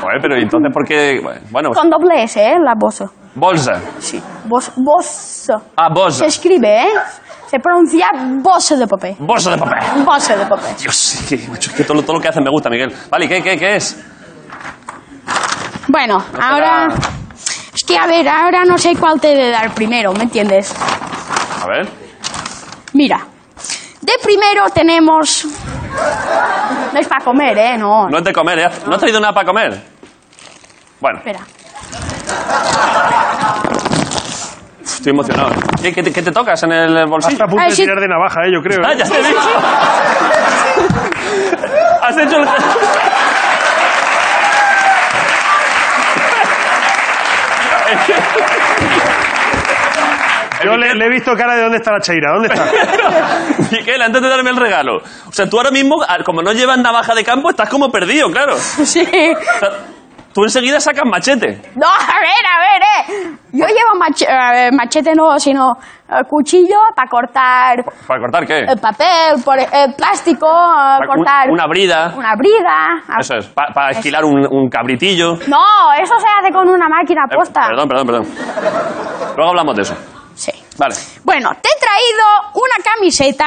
Joder, pero ¿y entonces por qué...? Bueno, Con doble S, ¿eh? La bolsa. bolsa. Sí. Bos, bolso. Ah, bolsa. Se escribe, ¿eh? Se pronuncia bolso de papel. Bolsa de papel. Bolso de papel. Dios, es que, macho, es que todo, lo- todo lo que hacen me gusta, Miguel. Vale, ¿y qué, qué, qué es? Bueno, Pues ahora... Es que, a ver, ahora no sé cuál te de dar primero, ¿me entiendes? A ver. Mira, de primero tenemos... No es para comer, ¿eh? No. No es de comer, ¿eh? ¿No has traído nada para comer? Bueno, Espera. estoy emocionado. ¿Qué, qué te, qué te tocas en el bolsillo? Está a punto Ay, de sí. tirar de navaja, eh, yo creo. Ah, ¿eh? ya te he visto. Has hecho el... Yo le, le he visto cara de dónde está la cheira, ¿dónde está? Miquel, antes de darme el regalo. O sea, tú ahora mismo, al- como no llevas navaja de campo, estás como perdido, claro. O Sí. sea, tú enseguida sacas machete. No, a ver, a ver, eh. Yo llevo mach- eh, machete no, sino eh, cuchillo para cortar ¿Para cortar qué? el papel, por, el plástico, eh, Para- un- cortar una brida. una brida. Ah, Eso es, para esquilar un, un cabritillo. Eh, No, eso se hace con una máquina posta. perdón, perdón, perdón. Luego hablamos de eso. Sí. Vale. Bueno, te he traído una camiseta.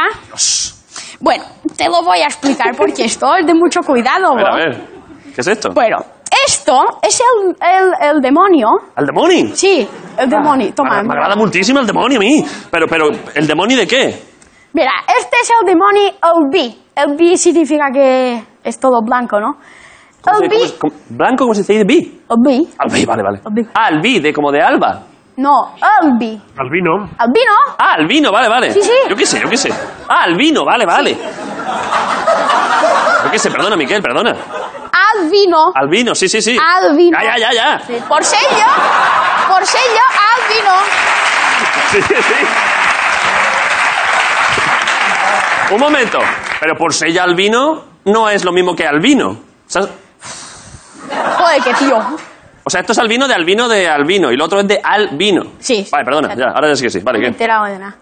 Bueno, te lo voy a explicar porque esto es de mucho cuidado. A ver, a ¿no? ver. ¿Qué es esto? Bueno, esto es el, el, el demonio. ¿Al demonio? Ah, Sí, el demonio. Toma. Me agrada muchísimo el demonio a mí. Pero, pero, ¿el demonio de qué? Mira, este es el demonio OB. OB significa que es todo blanco, ¿no? ¿Cómo se- cómo se- OB, cómo- ¿Blanco cómo se dice? ¿Bi? OB, Al bi, vale, vale. Al bi. Ah, al bi, de, como de alba. no, OB. Albino. Albino, Ah, al vino, vale, vale. Sí, sí. Yo qué sé, yo qué sé. Ah, al vino, vale, vale. Yo qué sé, perdona, Miquel, perdona. albino, Al vino, sí, sí, sí. albino. Ya, ya, ya, ya. Sí, Por sello, por sello, albino. Sí, sí. Un momento. Pero por sella al vino no es lo mismo que al vino. O sea, Joder, qué tío. o sea, esto es al vino de al vino de al vino y lo otro es de al vino. Sí, sí. Vale, perdona, ya, ahora ya sí que sí. Vale, No me he ¿qué? enterado de nada.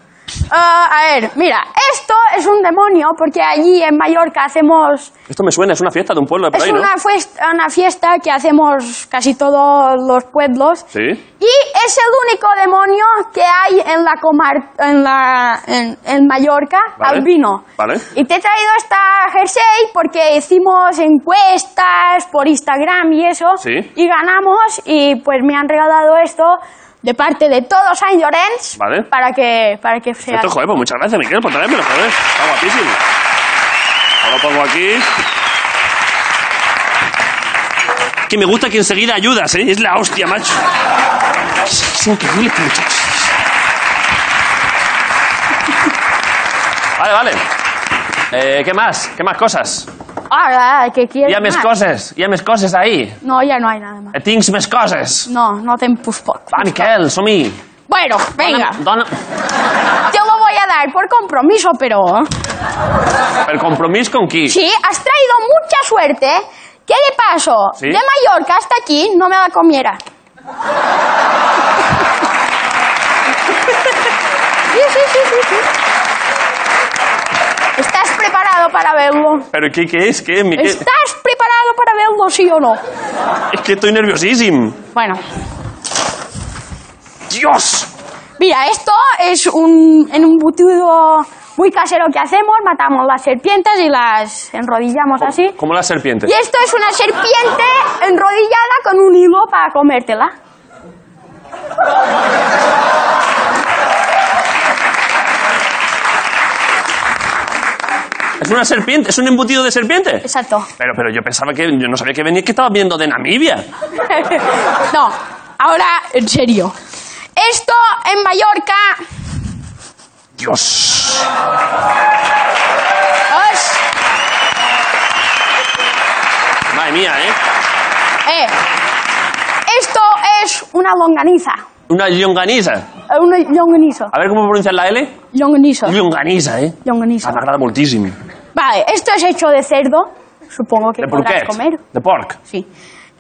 Ah, a ver, mira, esto es un demonio porque allí en Mallorca hacemos Esto me suena, es una fiesta de un pueblo de por Es ahí, ¿no? una fiesta, una fiesta que hacemos casi todos los pueblos. Sí. Y es el único demonio que hay en la comar en la en, en Mallorca, Vale. albino. Vale. Y te he traído esta jersey porque hicimos encuestas por Instagram y eso. Sí. Y ganamos y pues me han regalado esto de parte de todos San Llorenç Vale. para que para que sea. Esto, joder, pues muchas gracias, Miquel, por traérmelo, joder. Está guapísimo. Ahora lo pongo aquí. Que me gusta que enseguida ayudas, ¿eh? Es la hostia, macho. Es, es increíble, este muchacho. Vale, vale. Eh, ¿Qué más? ¿Qué más cosas? Ahora Ah, que quieres Ya mis más? coses, ya mis coses ahí. No, ya no hay nada más. Eh, Tings mes coses. No, no te empus poc. Va, Miquel, som-hi. Bueno, venga. Dona, Te lo voy a dar por compromiso, pero... per compromís con qui? Sí, has traído mucha suerte. ¿Qué de paso? Sí. De Mallorca hasta aquí no me la comiera. Sí, sí, sí, sí, sí. ¿Estás preparado para verlo? Però què, què és? Què, Miquel? ¿Estás preparado para verlo, sí o no? Es que estoy nerviosísimo. Bueno, ¡Dios! mira, esto es un embutido muy casero que hacemos. Matamos las serpientes y las enrodillamos así. Como la serpiente. Y esto es una serpiente enrodillada con un hilo para comértela. ¿Es una serpiente? ¿Es un embutido de serpiente? Exacto. Pero, pero yo pensaba que... Yo no sabía que venía, que estaba viendo de Namibia. no, ahora en serio. Esto en Mallorca ¡Dios! es... Madre mía, ¿eh? eh, esto es una longaniza. Una llonganisa. eh, Una longanizo. A ver cómo pronuncias la L. Longanizo. Llonganisa, ¿eh? Longanizo. Ah, me agrada muchísimo. Vale, esto es hecho de cerdo. Supongo que ¿De podrás porquet? comer. ¿De pork? Sí.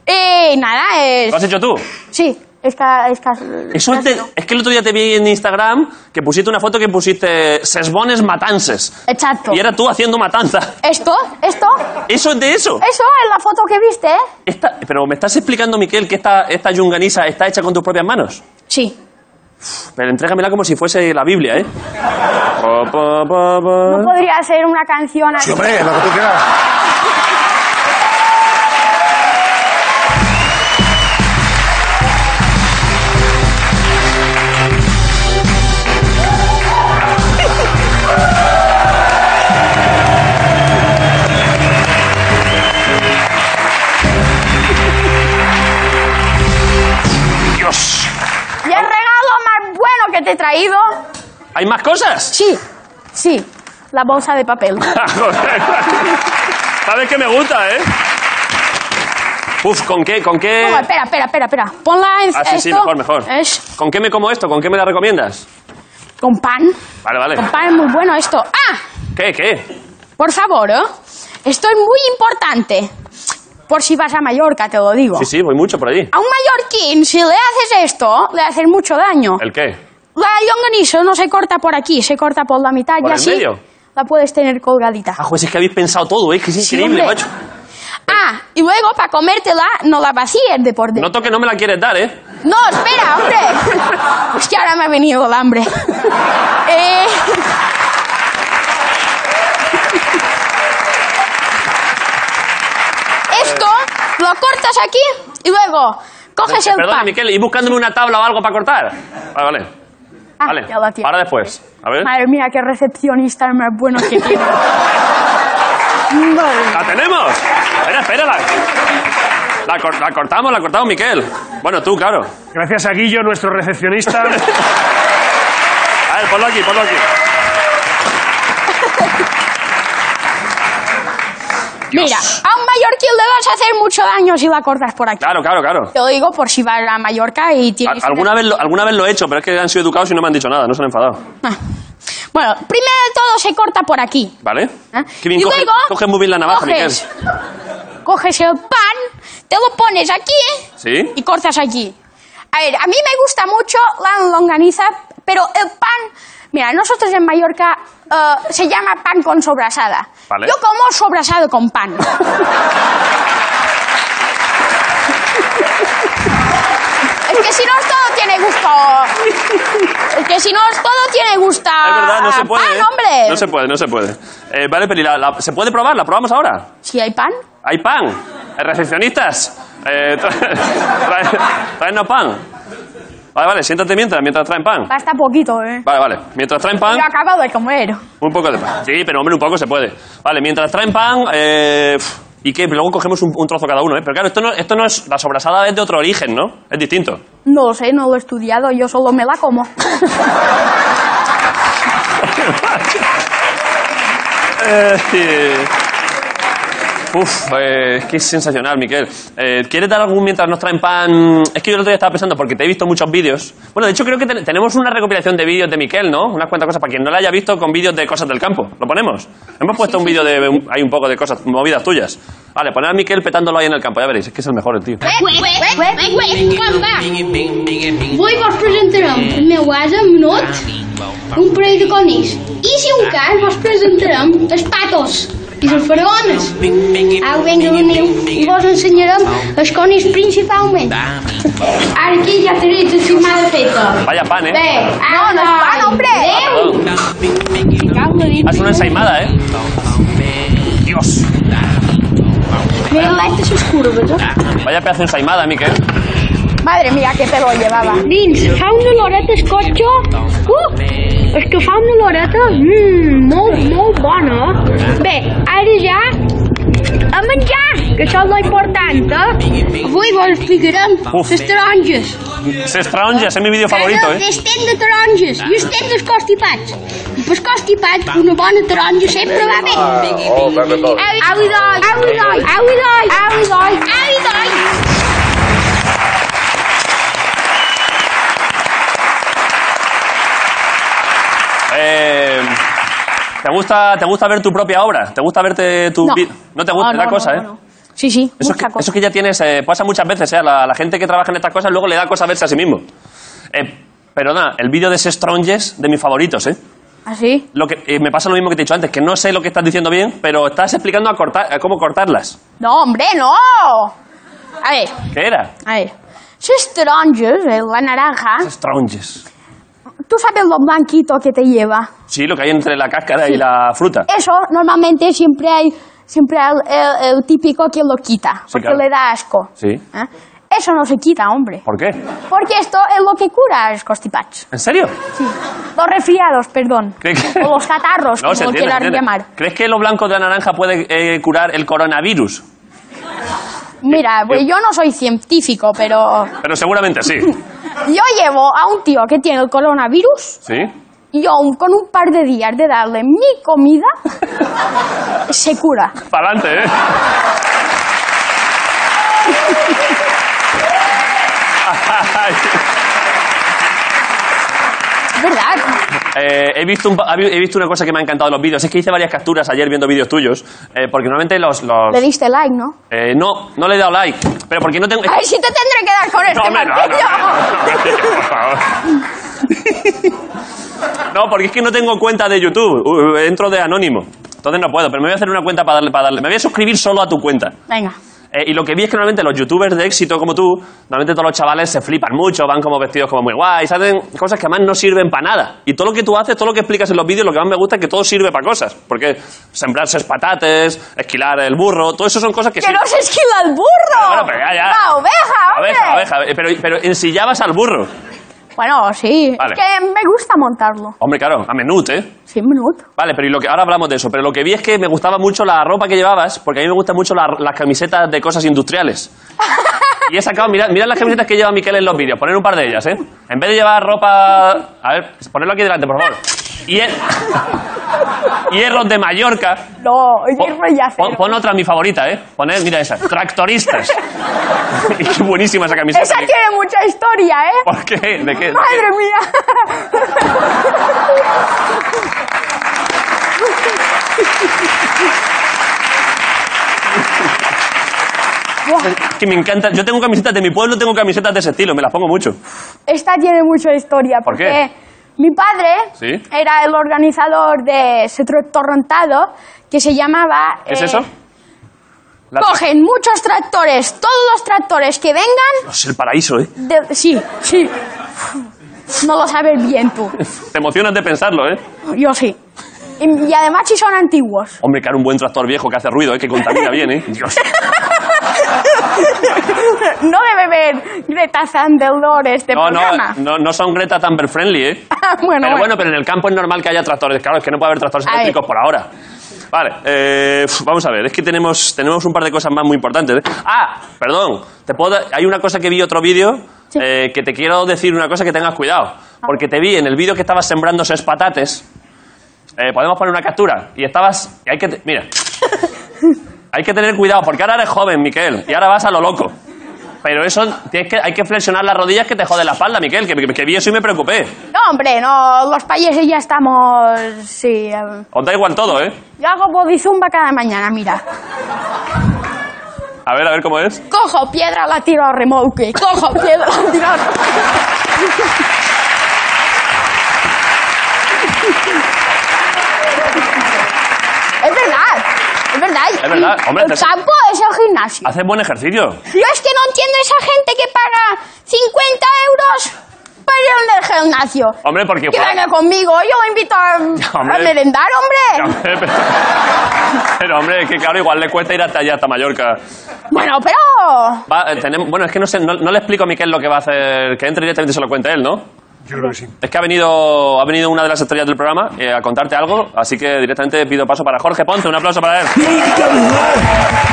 Y nada, es... ¿Lo has hecho tú? Sí, es ca- es ca- Eso es, de- es que el otro día te vi en Instagram que pusiste una foto que pusiste sesbones matances. Exacto. Y era tú haciendo matanza. Esto, esto, ¿Eso es de eso? eso es la foto que viste, ¿eh? Esta- pero me estás explicando, Miquel, que esta, esta yunganisa está hecha con tus propias manos. Sí. Pero entrégamela como si fuese la Biblia, ¿eh? Pa, pa, pa, No pa. podría hacer una canción así. Sí, hombre, lo que tú quieras. ¡Dios! Y Ah. el regalo más bueno que te he traído. ¿Hay más cosas? Ah, Sí, sí, la bolsa de papel. Eh. Joder. Sabes que me gusta, ¿eh? Uf, ¿con qué? ¿Con qué? No, espera, espera, espera, espera. Ponla en Ah, sí, sí, esto mejor, mejor. Es ¿Con qué me como esto? ¿Con qué me la recomiendas? con pan. Vale, vale. Con pan es muy bueno esto. Ah, ¿Qué, qué? por favor, ¿eh? Esto es muy importante. Por si vas a Mallorca, te lo digo. Sí, sí, voy mucho por allí. A un mallorquín, si le haces esto, le haces mucho daño. ¿El qué? La longanizo no se corta por aquí, se corta por la mitad ¿Por y el así medio? la puedes tener colgadita. Ah, pues es que habéis pensado todo, ¿eh? Que es Sí, increíble, hombre. macho. Ah, y luego para comértela no la vacíes de por dentro. Noto que no me la quieres dar, ¿eh? No, espera, hombre. Es que ahora me ha venido el hambre. Eh, Esto lo cortas aquí y luego coges el Perdona, pan. Miquel, ¿y buscándome una tabla o algo para cortar? Vale, vale. Ah, vale, ya lo tiene. para después. A ver. Madre mía, qué recepcionista más bueno que tiene. Madre. ¡La tenemos! Espera, espera. La, la cor- la cortamos, la cortamos, Miquel. Bueno, tú, claro. Gracias a Guillo, nuestro recepcionista. A ver, ponlo aquí, ponlo aquí. Mira, a un mallorquín le vas a hacer mucho daño si la cortas por aquí. Claro, claro, claro. Te lo digo por si vas a Mallorca y tienes... A- Alguna vez, lo, alguna vez lo he hecho, pero es que han sido educados y no me han dicho nada, no se han enfadado. Ah. Bueno, primero de todo se corta por aquí. ¿Vale? ¿Eh? Qué bien, Y coge- luego coges muy bien la navaja, coges, coges el pan, te lo pones aquí ¿eh? Miquel. ¿Sí? y cortas aquí. A ver, a mí me gusta mucho la longaniza, pero el pan... Mira, nosotros en Mallorca eh, se llama pan con sobrasada. Vale. Yo como sobrasado con pan. Es que si no, todo tiene gusto. Es que si no, todo tiene gusto. Es verdad, no se puede. Ah, Pan, ¿eh? hombre. No se puede, no se puede. Eh, vale, Peli, la- la- ¿se puede probar? ¿La probamos ahora? Si hay pan. ¿Hay pan? Eh, ¿Recepcionistas? Eh, tra- trae- traednos pan. Vale, vale, siéntate mientras, mientras traen pan. Basta poquito, ¿eh? Vale, vale. Mientras traen pan, Yo acabo de comer. un poco de pan. Sí, pero hombre, un poco se puede. Vale, mientras traen pan, eh, pf, ¿y qué? Luego cogemos un, un trozo cada uno, ¿eh? Pero claro, esto no, esto no es... La sobrasada es de otro origen, ¿no? Es distinto. No sé, no lo he estudiado, yo solo me la como. Eh, Uf, eh, es que es sensacional, Miquel. Eh, ¿Quieres dar algún mientras nos traen pan? Es que yo el otro día estaba pensando, porque te he visto muchos vídeos. Bueno, de hecho creo que ten- tenemos una recopilación de vídeos de Miquel, ¿no? Unas cuantas cosas, para quien no la haya visto, con vídeos de cosas del campo. ¿Lo ponemos? Hemos puesto un vídeo de... un- Hay un poco de cosas, movidas tuyas. Vale, poner a Miquel petándolo ahí en el campo, ya veréis. Es que es el mejor, el tío. Wait, wait, wait, wait, come back. Vull vos presentarem el meu ase Minut, un parell de conills. I si un cas vos presentarem els patos i les faraones. Au, vinga, veniu, i vos ensenyarem els conills principalment. Ara aquí ja tenéis la filmada feta. Vaya pan, Bé, ¿eh? ara... no és pan, hombre. Adéu! Haz una ensaimada, ¿eh? Dios. Veu l'altre les curves, eh? Vaya pedazo de ensaimada, Miquel. Madre mía, qué pelo llevaba. Dins, fa una oloreta el cotxe. Uh! És que fa una oloreta mmm, molt, molt bona. Bé, ara ja a menjar, que això és l'important, eh? Avui vos ficarem Uf. les taronges. Se ya es mi vídeo favorito, Ara, ¿eh? L'estem de taronges i estem dels constipats. I pels constipats una bona taronja sempre va bé. Au i doi, au i doi, au i doi, au i doi, au i doi. Eh, ¿te, gusta, ¿Te gusta ver tu propia obra? ¿Te gusta verte tu.? vi- te gusta No, Ah, la no, cosa, no, ¿eh? no. Sí, sí, Eso, es mucha que, cosa. eso es que ya tienes. eh, pasa muchas veces, ¿eh? A la, a la gente que trabaja en estas cosas luego le da cosa verse a sí mismo. Eh, perdona, el vídeo de ese Stronges de mis favoritos, ¿eh? ¿Así? Lo que, eh, me pasa lo mismo que te he dicho antes, que no sé lo que estás diciendo bien, pero estás explicando a, cortar, a cómo cortarlas. No, hombre, no. A ver, ¿Qué era? a ver. Sus tronches, eh, la naranja, Stronges. tú sabes lo blanquito que te lleva. Sí, lo que hay entre la cáscara y la fruta. Eso normalmente siempre hay siempre hay el, el- el típico que lo quita, Sí, porque claro. le da asco. Sí. ¿Eh? Eso no se quita, hombre. ¿Por qué? Porque esto es lo que cura a los constipados. ¿En serio? Sí. Los resfriados, perdón. ¿Cree que- O los catarros, No, como se lo entiende, se quieran entiende. llamar. ¿Crees que lo blanco de la naranja puede eh, curar el coronavirus? Mira, pues Eh. yo no soy científico, pero Pero seguramente sí. yo llevo a un tío que tiene el coronavirus ¿Sí? y yo un- con un par de días de darle mi comida se cura. Para adelante, ¿eh? Ay. ¿Verdad? Eh, he, visto un pa- he visto una cosa que me ha encantado en los vídeos. Es que hice varias capturas ayer viendo vídeos tuyos. eh, porque normalmente los. los- Le diste like, ¿no? eh, no, no le he dado like. Pero porque no tengo. Ay, sí te tendré que dar con este hombre, martillo. por favor. No, porque es que no tengo cuenta de YouTube. Uh, Entro de anónimo. Entonces no puedo, pero me voy a hacer una cuenta para darle, para darle. Me voy a suscribir solo a tu cuenta. Venga. Eh, y lo que vi es que normalmente los youtubers de éxito como tú, normalmente todos los chavales se flipan mucho, van como vestidos como muy guays, hacen cosas que además no sirven para nada. Y todo lo que tú haces, todo lo que explicas en los vídeos, lo que más me gusta es que todo sirve para cosas. Porque sembrarse patates, esquilar el burro, todo eso son cosas que... ¡Que sirven. no se esquiva el burro! Bueno, pero ya, ya. ¡La oveja, hombre! Oveja, oveja. Eh, Pero, pero ensillabas al burro. Bueno, sí. Vale. Es que me gusta montarlo. Hombre, claro, a menut, ¿eh? Sí, minuto. Vale, pero y lo que, ahora hablamos de eso. Pero lo que vi es que me gustaba mucho la ropa que llevabas, porque a mí me gustan mucho la- las camisetas de cosas industriales. Y he sacado, mirad, mirad las camisetas que lleva Miquel en los vídeos, poner un par de ellas, ¿eh? En vez de llevar ropa. A ver, ponerlo aquí delante, por favor. Hier- Hierros de Mallorca. No, Pon- hierro y acero. pon, pon otra, mi favorita, ¿eh? Poner, mira esa, tractoristas. y qué buenísima esa camiseta. Esa tiene mucha historia, ¿eh? ¿Por qué? ¿De qué? ¡Madre mía! Que me encanta. Yo tengo camisetas de mi pueblo, tengo camisetas de ese estilo, me las pongo mucho. Esta tiene mucha historia. ¿Por qué? porque Mi padre Sí. era el organizador de Cetro Torrentado, que se llamaba... ¿Qué es eh, eso? La- Cogen muchos tractores, todos los tractores que vengan... Es el paraíso, ¿eh? de- sí, sí. No lo sabes bien tú. Te emocionas de pensarlo, ¿eh? Yo sí. Y, y además si son antiguos. Hombre, claro, un buen tractor viejo que hace ruido, ¿eh? Que contamina bien, ¿eh? Dios. no debe ver Greta Thunberg este No, no, programa. no, no son Greta Thunberg friendly, ¿eh? bueno, pero bueno, pero en el campo es normal que haya tractores. Claro, es que no puede haber tractores A ver. eléctricos por ahora. Vale, eh, pf, vamos a ver. Es que tenemos, tenemos un par de cosas más muy importantes. ¿eh? Ah, perdón. Te puedo, dar- hay una cosa que vi otro vídeo Sí. Ah. eh, que te quiero decir una cosa que tengas cuidado. Porque te vi en el vídeo que estabas sembrando seis patates. Eh, Podemos poner una captura. Y estabas... y hay que... te- Mira. hay que tener cuidado porque ahora eres joven, Miquel. Y ahora vas a lo loco. Pero eso, tienes que, hay que flexionar las rodillas que te jode la espalda, Miquel. Que, que, que vi eso y me preocupé. No, hombre, no, los países ya estamos... Sí, eh, Os da igual todo, ¿eh? yo hago bodizumba cada mañana, mira. A ver, a ver cómo es. Cojo piedra, la tiro al remolque. Cojo piedra, la tiro al Es verdad, es verdad. Es verdad, hombre, el te- campo es el gimnasio. Haces buen ejercicio. Yo es que no entiendo esa gente que paga 50 euros para ir al gimnasio. Hombre, porque... Que venga conmigo, yo lo invito a, Hombre. a merendar, hombre. Hombre, pero, pero, hombre, es que claro, igual le cuesta ir hasta allá, hasta Mallorca. Bueno, pero... Va, eh, tenem- bueno, es que no sé, no, no le explico a Miquel lo que va a hacer, que entre directamente y se lo cuente él, ¿no? Yo creo que sí. Es que ha venido, ha venido una de las estrellas del programa eh, a contarte algo, así que directamente pido paso para Jorge Ponce, un aplauso para él. Jorge Ponce.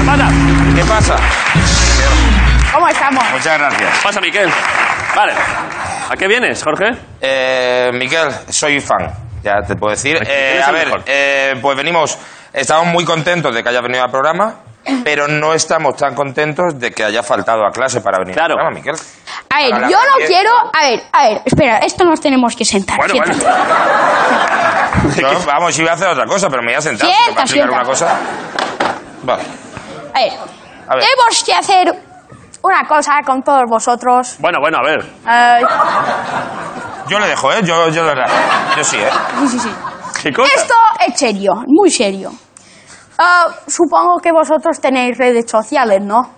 ¿Qué pasa? ¿Qué pasa? ¿Cómo estamos? Muchas gracias. Pasa, Miquel. Vale. ¿A qué vienes, Jorge? Eh, Miquel, soy fan, ya te puedo decir. Aquí, Eh, eres a el ver, mejor. eh, pues venimos, estamos muy contentos de que hayas venido al programa, pero no estamos tan contentos de que haya faltado a clase para venir Claro. al programa, Miquel. A ver, Ahora yo no bien. quiero... A ver, a ver, espera, esto nos tenemos que sentar. siéntate. Yo, vamos, yo iba a hacer otra cosa, pero me voy a sentar. Sienta, ¿te va a explicar sienta. una cosa? Vale. A ver, A ver. tenemos que hacer una cosa con todos vosotros. Bueno, bueno, a ver. Eh, Yo le dejo, ¿eh? Yo, yo, le- yo sí, ¿eh? sí, sí, sí. ¿Qué cosa? Esto es serio, muy serio. Ah, supongo que vosotros tenéis redes sociales, ¿no?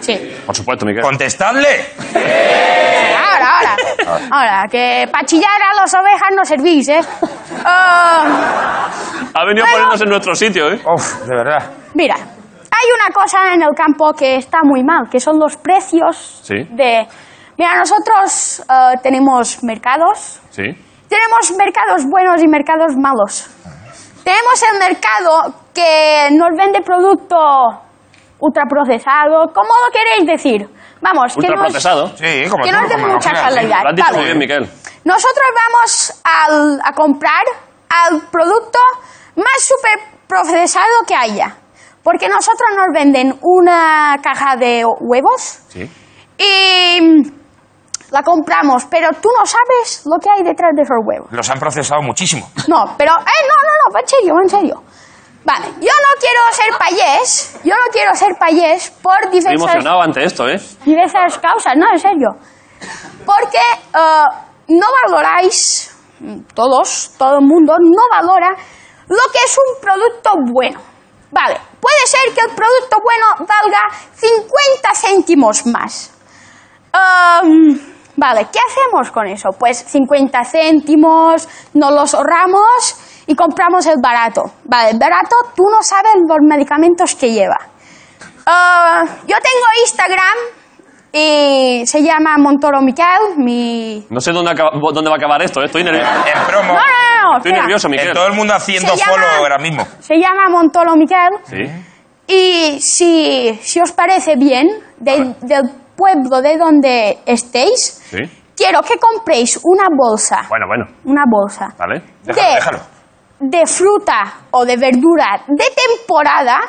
Sí. Por supuesto, Miquel. ¡Contestadle! Ahora, ahora. Ah. Ahora, que para chillar a las ovejas no servís, ¿eh? Ah, Ha venido a Bueno. ponernos en nuestro sitio, ¿eh? Uf, de verdad. mira, hay una cosa en el campo que está muy mal, que son los precios Sí. de... Mira, nosotros ah, tenemos mercados, Sí. tenemos mercados buenos y mercados malos. Tenemos el mercado que nos vende producto ultraprocesado, ¿cómo lo queréis decir? Vamos, que no es- Ultraprocesado. Sí, como que tú, no es de como mucha quieras, sí. calidad. Lo has dicho Vale. muy bien, Miquel. Nosotros vamos al- a comprar al producto más super procesado que haya. Porque nosotros nos venden una caja de huevos Sí. y la compramos, pero tú no sabes lo que hay detrás de esos huevos. Los han procesado muchísimo. No, pero... Eh, no, no, no, va en serio, va en serio. Vale, yo no quiero ser payés, yo no quiero ser payés por Estoy diversas emocionado ante esto, ¿eh? diversas causas, no, en serio. Porque eh, no valoráis, mm, todos, todo el mundo, no valora lo que es un producto bueno. Vale, puede ser que el producto bueno valga 50 céntimos más. Am, vale, ¿qué hacemos con eso? Pues 50 céntimos, nos los ahorramos y compramos el barato. Vale, el barato, tú no sabes los medicamentos que lleva. Ah, yo tengo Instagram y se llama Montoro Miquel, mi... No sé dónde, acaba- dónde va a acabar esto, ¿eh? estoy nervioso. En promo. No, no, no, no, Estoy espera. nervioso, En Miguel. todo el mundo haciendo Se llama- follow ahora mismo. Se llama Montoro Miquel Eh. Sí. y si, si os parece bien, de- del pueblo de donde estéis, Sí. quiero que compréis una bolsa, Bueno, bueno, una bolsa vale. Déjalo, déjalo. de fruta o de verdura de temporada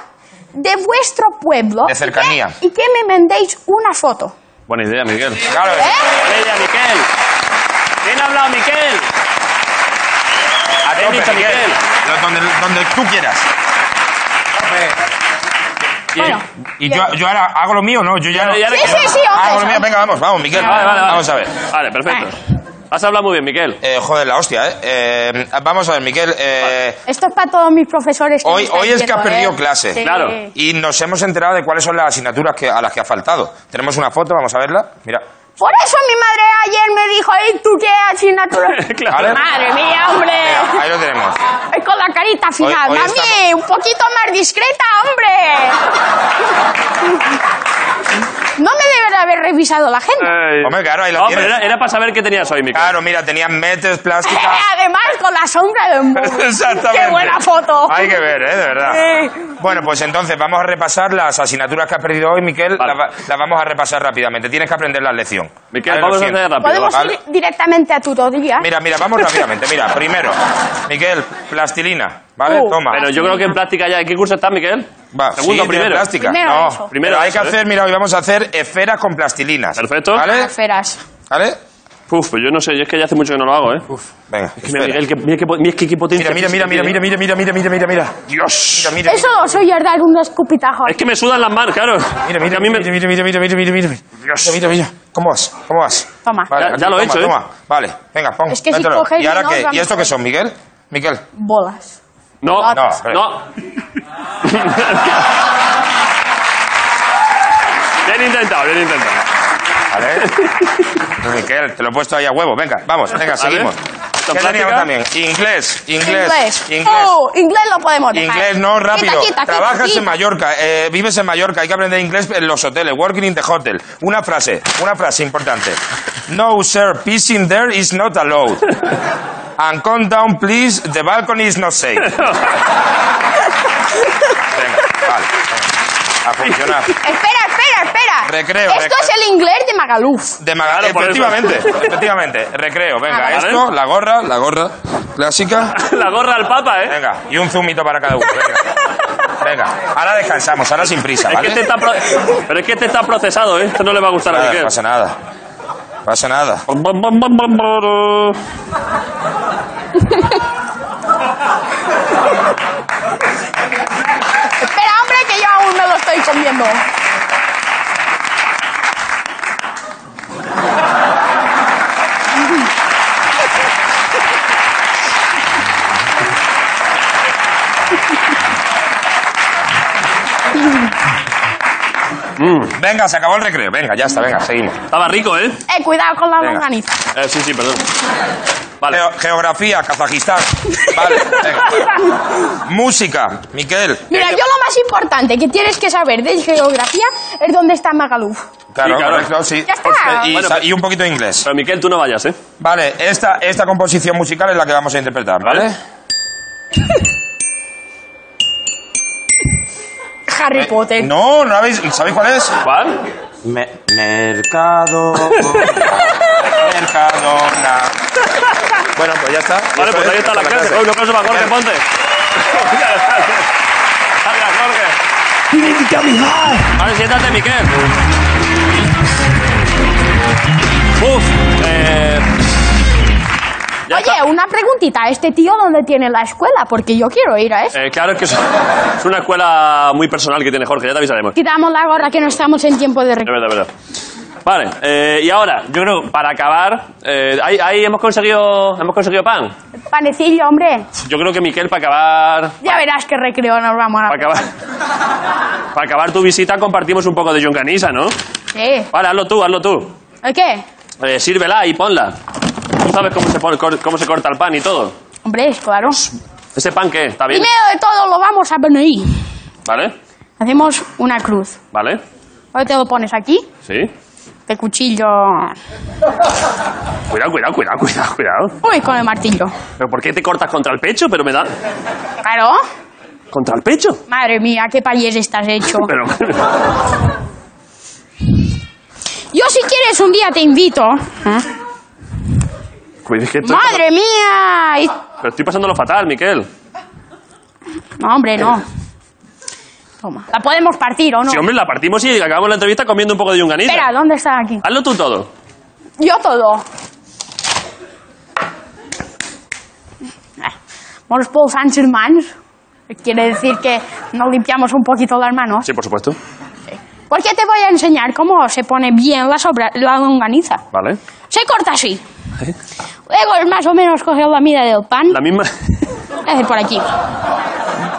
de vuestro pueblo De cercanía. y que, y que me mandéis una foto. ¿Eh? Buena idea, Miguel. Claro, ¿Eh? Buena idea, Miguel. ¿Quién ha hablado, Miguel? a Bien tope, dicho, Miguel. Miguel. Lo- Donde, donde tú quieras. Y- Bueno, Y yo, yo ahora hago lo mío, ¿no? Yo ya. Ya, no- ya le- Sí, sí, sí, hombre, Hago lo mío, hombre. venga, vamos, vamos, Miguel. Vale, vale, vale. Vamos a ver. Vale, perfecto. Has hablado muy bien, Miguel. Eh, joder, la hostia, ¿eh? Eh, Vamos a ver, Miguel. eh, Esto es para todos mis profesores. que Hoy- me están hoy es que has viendo, perdido ¿eh? clase. Claro. Y nos hemos enterado de cuáles son las asignaturas que, a las que ha faltado. Tenemos una foto, vamos a verla. Mira. Por eso mi madre ayer me dijo, ¿y tú qué asignatura? Claro. Madre mía, hombre. Mira, ahí lo tenemos. Ay, Con la carita final. hoy Mami, estamos- un poquito más discreta, hombre. no me debería haber revisado la agenda. Ay. Hombre, claro, ahí la No, tienes. pero era, era para saber qué tenías hoy, Miguel. Claro, mira, tenían metes, plásticas. Además, con la sombra de un búho. Eh, Exactamente. Qué buena foto. Hay que ver, ¿eh? De verdad. Bueno, pues entonces vamos a repasar las asignaturas que has perdido hoy, Miquel. Vale. Las, va- las vamos a repasar rápidamente. Tienes que aprender la lección. Miguel, Ahí lo vamos a siento. hacer rápido. Podemos va. vale. ir directamente a ¿Ah? tutoría. Mira, mira, vamos rápidamente. Mira, primero, Miquel, plastilina. ¿Vale? Uh, Toma. Pero yo creo que en plástica ya. ¿En qué curso estás, Miguel? Va, Segundo, sí, de primero. plástica. Primero no, eso. primero hay que eso, ¿eh? hacer, mira, hoy vamos a hacer esferas con plastilinas. Perfecto. ¿Vale? Esferas. ¿Vale? Uf, pues yo no sé, yo es que ya hace mucho que no lo hago, ¿eh? Venga. Es que mira, esfera. Miguel, que, mira, qué, po- mira, qué- qué potencia. Mira, mira, mira, física mira, mira, tiene. este mira, mira, mira, mira, mira, mira. Dios. Mira, mira, Eso lo soy a dar unos escupitajos. ¿eh? Es que me sudan las manos, claro. Mira, Porque mira, a mí mira, me- mira, mira, mira, mira, mira, mira, mira, Mira, mira, mira. ¿Cómo vas? ¿Cómo vas? Toma. Ya- ya lo he toma, hecho, ¿eh? toma. Vale, venga, pon. Es que si mételo. coges ¿Y ahora y no, qué? vamos ¿Y esto a qué ver. son, Miguel? Miguel, Bolas. No, No, no. espera. bien intentado, bien intentado. vale. Miguel, te lo he puesto ahí a huevo. Venga, vamos, venga, seguimos. Esto ¿Qué en teníamos práctica. también? Inglés, inglés, Inglés. inglés. Oh, inglés lo podemos dejar. Inglés no, rápido. Quita, quita, quita, Trabajas quita. en Mallorca, eh, vives en Mallorca, hay que aprender inglés en los hoteles. Working in the hotel. Una frase, una frase importante. No, sir, pissing there is not allowed. And come down, please, the balcony is not safe. Venga, vale. A funcionar. Espera, espera, espera. Recreo, Esto recreo. es el inglés de Magaluf. De Magaluf, por eso. efectivamente, efectivamente. Recreo, venga, Ah, vale. esto, la gorra, la gorra clásica. La gorra al papa, ¿eh? Venga, y un zumito para cada uno. Venga, venga. ahora descansamos, ahora sin prisa, Es ¿vale? que este está pro- Pero es que este está procesado, ¿eh? Esto no le va a gustar a Nada, Miguel. pasa nada. Pasa nada. Bom, bom, bom, bom, bom, bom. Espera, hombre, que yo aún me lo estoy comiendo. Eh, Venga, se acabó el recreo. Venga, ya está, venga, seguimos. Estaba rico, ¿eh? Eh, cuidado con la Venga. longaniza. Eh, Sí, sí, perdón. Vale. Geo- geografía, Kazajistán. Vale, venga. Música, Miquel. Mira, yo lo más importante que tienes que saber de geografía es dónde está Magaluf. Claro, Sí, claro. correcto, sí. Ya está. Y, Ah. Bueno, sa- pero- y un poquito de inglés. Pero Miguel, tú no vayas, ¿eh? Vale, esta, esta composición musical es la que vamos a interpretar, ¿vale? Harry Potter. Eh, No, no habéis. ¿Sabéis cuál es? ¿Cuál? mercado. Mercadona. Bueno, pues ya está. Vale, Esto pues es, ahí está la clase. Oh, Un aplauso para Jorge Ponte. Gracias, Jorge. Vale, siéntate, Miquel. Uf. Eh... ya está. Oye, una preguntita. ¿Este tío dónde tiene la escuela? Porque yo quiero ir a este. eso. Eh, claro, es que es es una escuela muy personal que tiene Jorge, ya te avisaremos. Quitamos la gorra que no estamos en tiempo de Es recreo. verdad, es verdad. Vale, eh, y ahora, yo creo, para acabar, eh, ahí, ahí hemos conseguido hemos conseguido pan. Eh. Panecillo, hombre. Yo creo que Miquel, para acabar, Ya verás qué recreo nos vamos a... para acabar, para acabar tu visita, compartimos un poco de John Canisa, ¿no? ¿Qué? Vale, hazlo tú, hazlo tú. ¿Qué? Eh, sírvela y ponla. Tú sabes cómo se, pone- cor- cómo se corta el pan y todo. Hombre, claro. ¿Ese pan qué? ¿Está bien? Primero de todo lo vamos a venir. ¿Vale? Hacemos una cruz. ¿Vale? Ahora te lo pones aquí, Sí. de cuchillo. Cuidado, cuidado, cuidado, cuidado, cuidado. Uy, con el martillo. ¿Pero por qué te cortas contra el pecho? Pero me da... Claro. ¿Contra el pecho? Madre mía, qué payés estás hecho. Pero... Yo si quieres un día te invito. ¿eh? Cuidado, es que estoy, Madre mía. y- pero estoy pasándolo fatal, Miquel. No, hombre, no. Toma. ¿La podemos partir o no? Sí, hombre, la partimos y acabamos la entrevista comiendo un poco de yunganita. Espera, ¿dónde está aquí? Hazlo tú todo. Yo todo. Eh, Molts pols sans mans. Quiere decir que nos limpiamos un poquito las manos. Sí, por supuesto. Porque te voy a enseñar cómo se pone bien la, sobra, la longaniza. Vale. Se corta así. Luego es más o menos coger la mitad del pan. ¿Eh? La misma... Es decir, por aquí.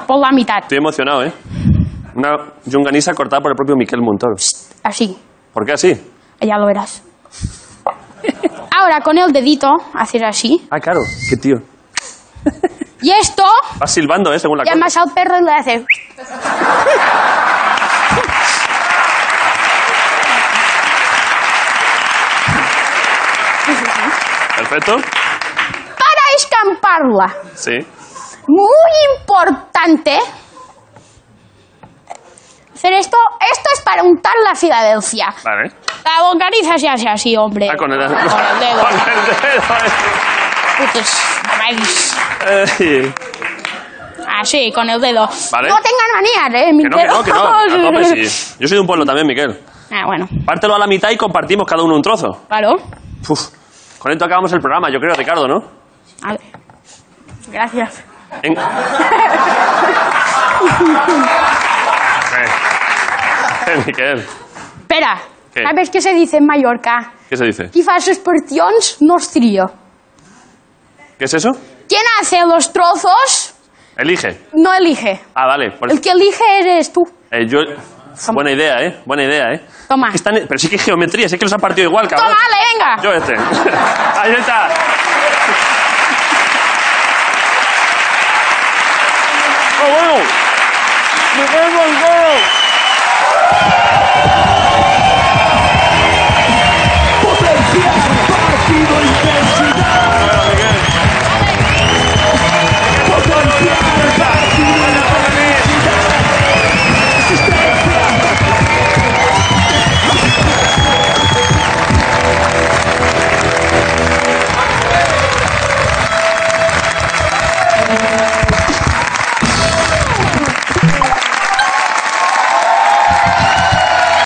Por la mitad. Estoy emocionado, ¿eh? Una yunganiza cortada por el propio Miquel Montoro. Así. ¿Por qué así? Ya lo verás. Ahora con el dedito hacer así. Ah, claro. Qué tío. Y esto Vas silbando, ¿eh? Según la llamas al perro y le haces. cosa. Perfecto. Para escamparla. Sí. Muy importante. Hacer esto. Esto es para untar la Filadelfia. Vale. La longaniza se hace así, hombre. Ah, con el, Con el dedo. Con el dedo, Putos, vais. eh. Eh, Así, con el dedo. Vale. No tengan manías, ¿eh? Mi Que no, que no, que no. A tope, sí. Yo soy de un pueblo también, Miquel. Ah, bueno. Pártelo a la mitad y compartimos cada uno un trozo. Claro. Uf. Con esto acabamos el programa, yo creo, Ricardo, ¿no? A ver. Gracias. En- Eh, Miquel, Espera. ¿Qué? ¿Sabes qué se dice en Mallorca? ¿qué se dice? Qui fa les portions no es trio. ¿Qué es eso? Quien hace los trozos Elige. no elige. Ah, vale. por- El que elige eres tú. eh, yo... Buena idea, ¿eh? Buena idea, ¿eh? Toma. Es que están- Pero sí que es geometría, sí que los han partido igual, cabrón. Toma, ale, venga. Yo este. Ahí está. ¡Oh, bueno! ¡Me voy a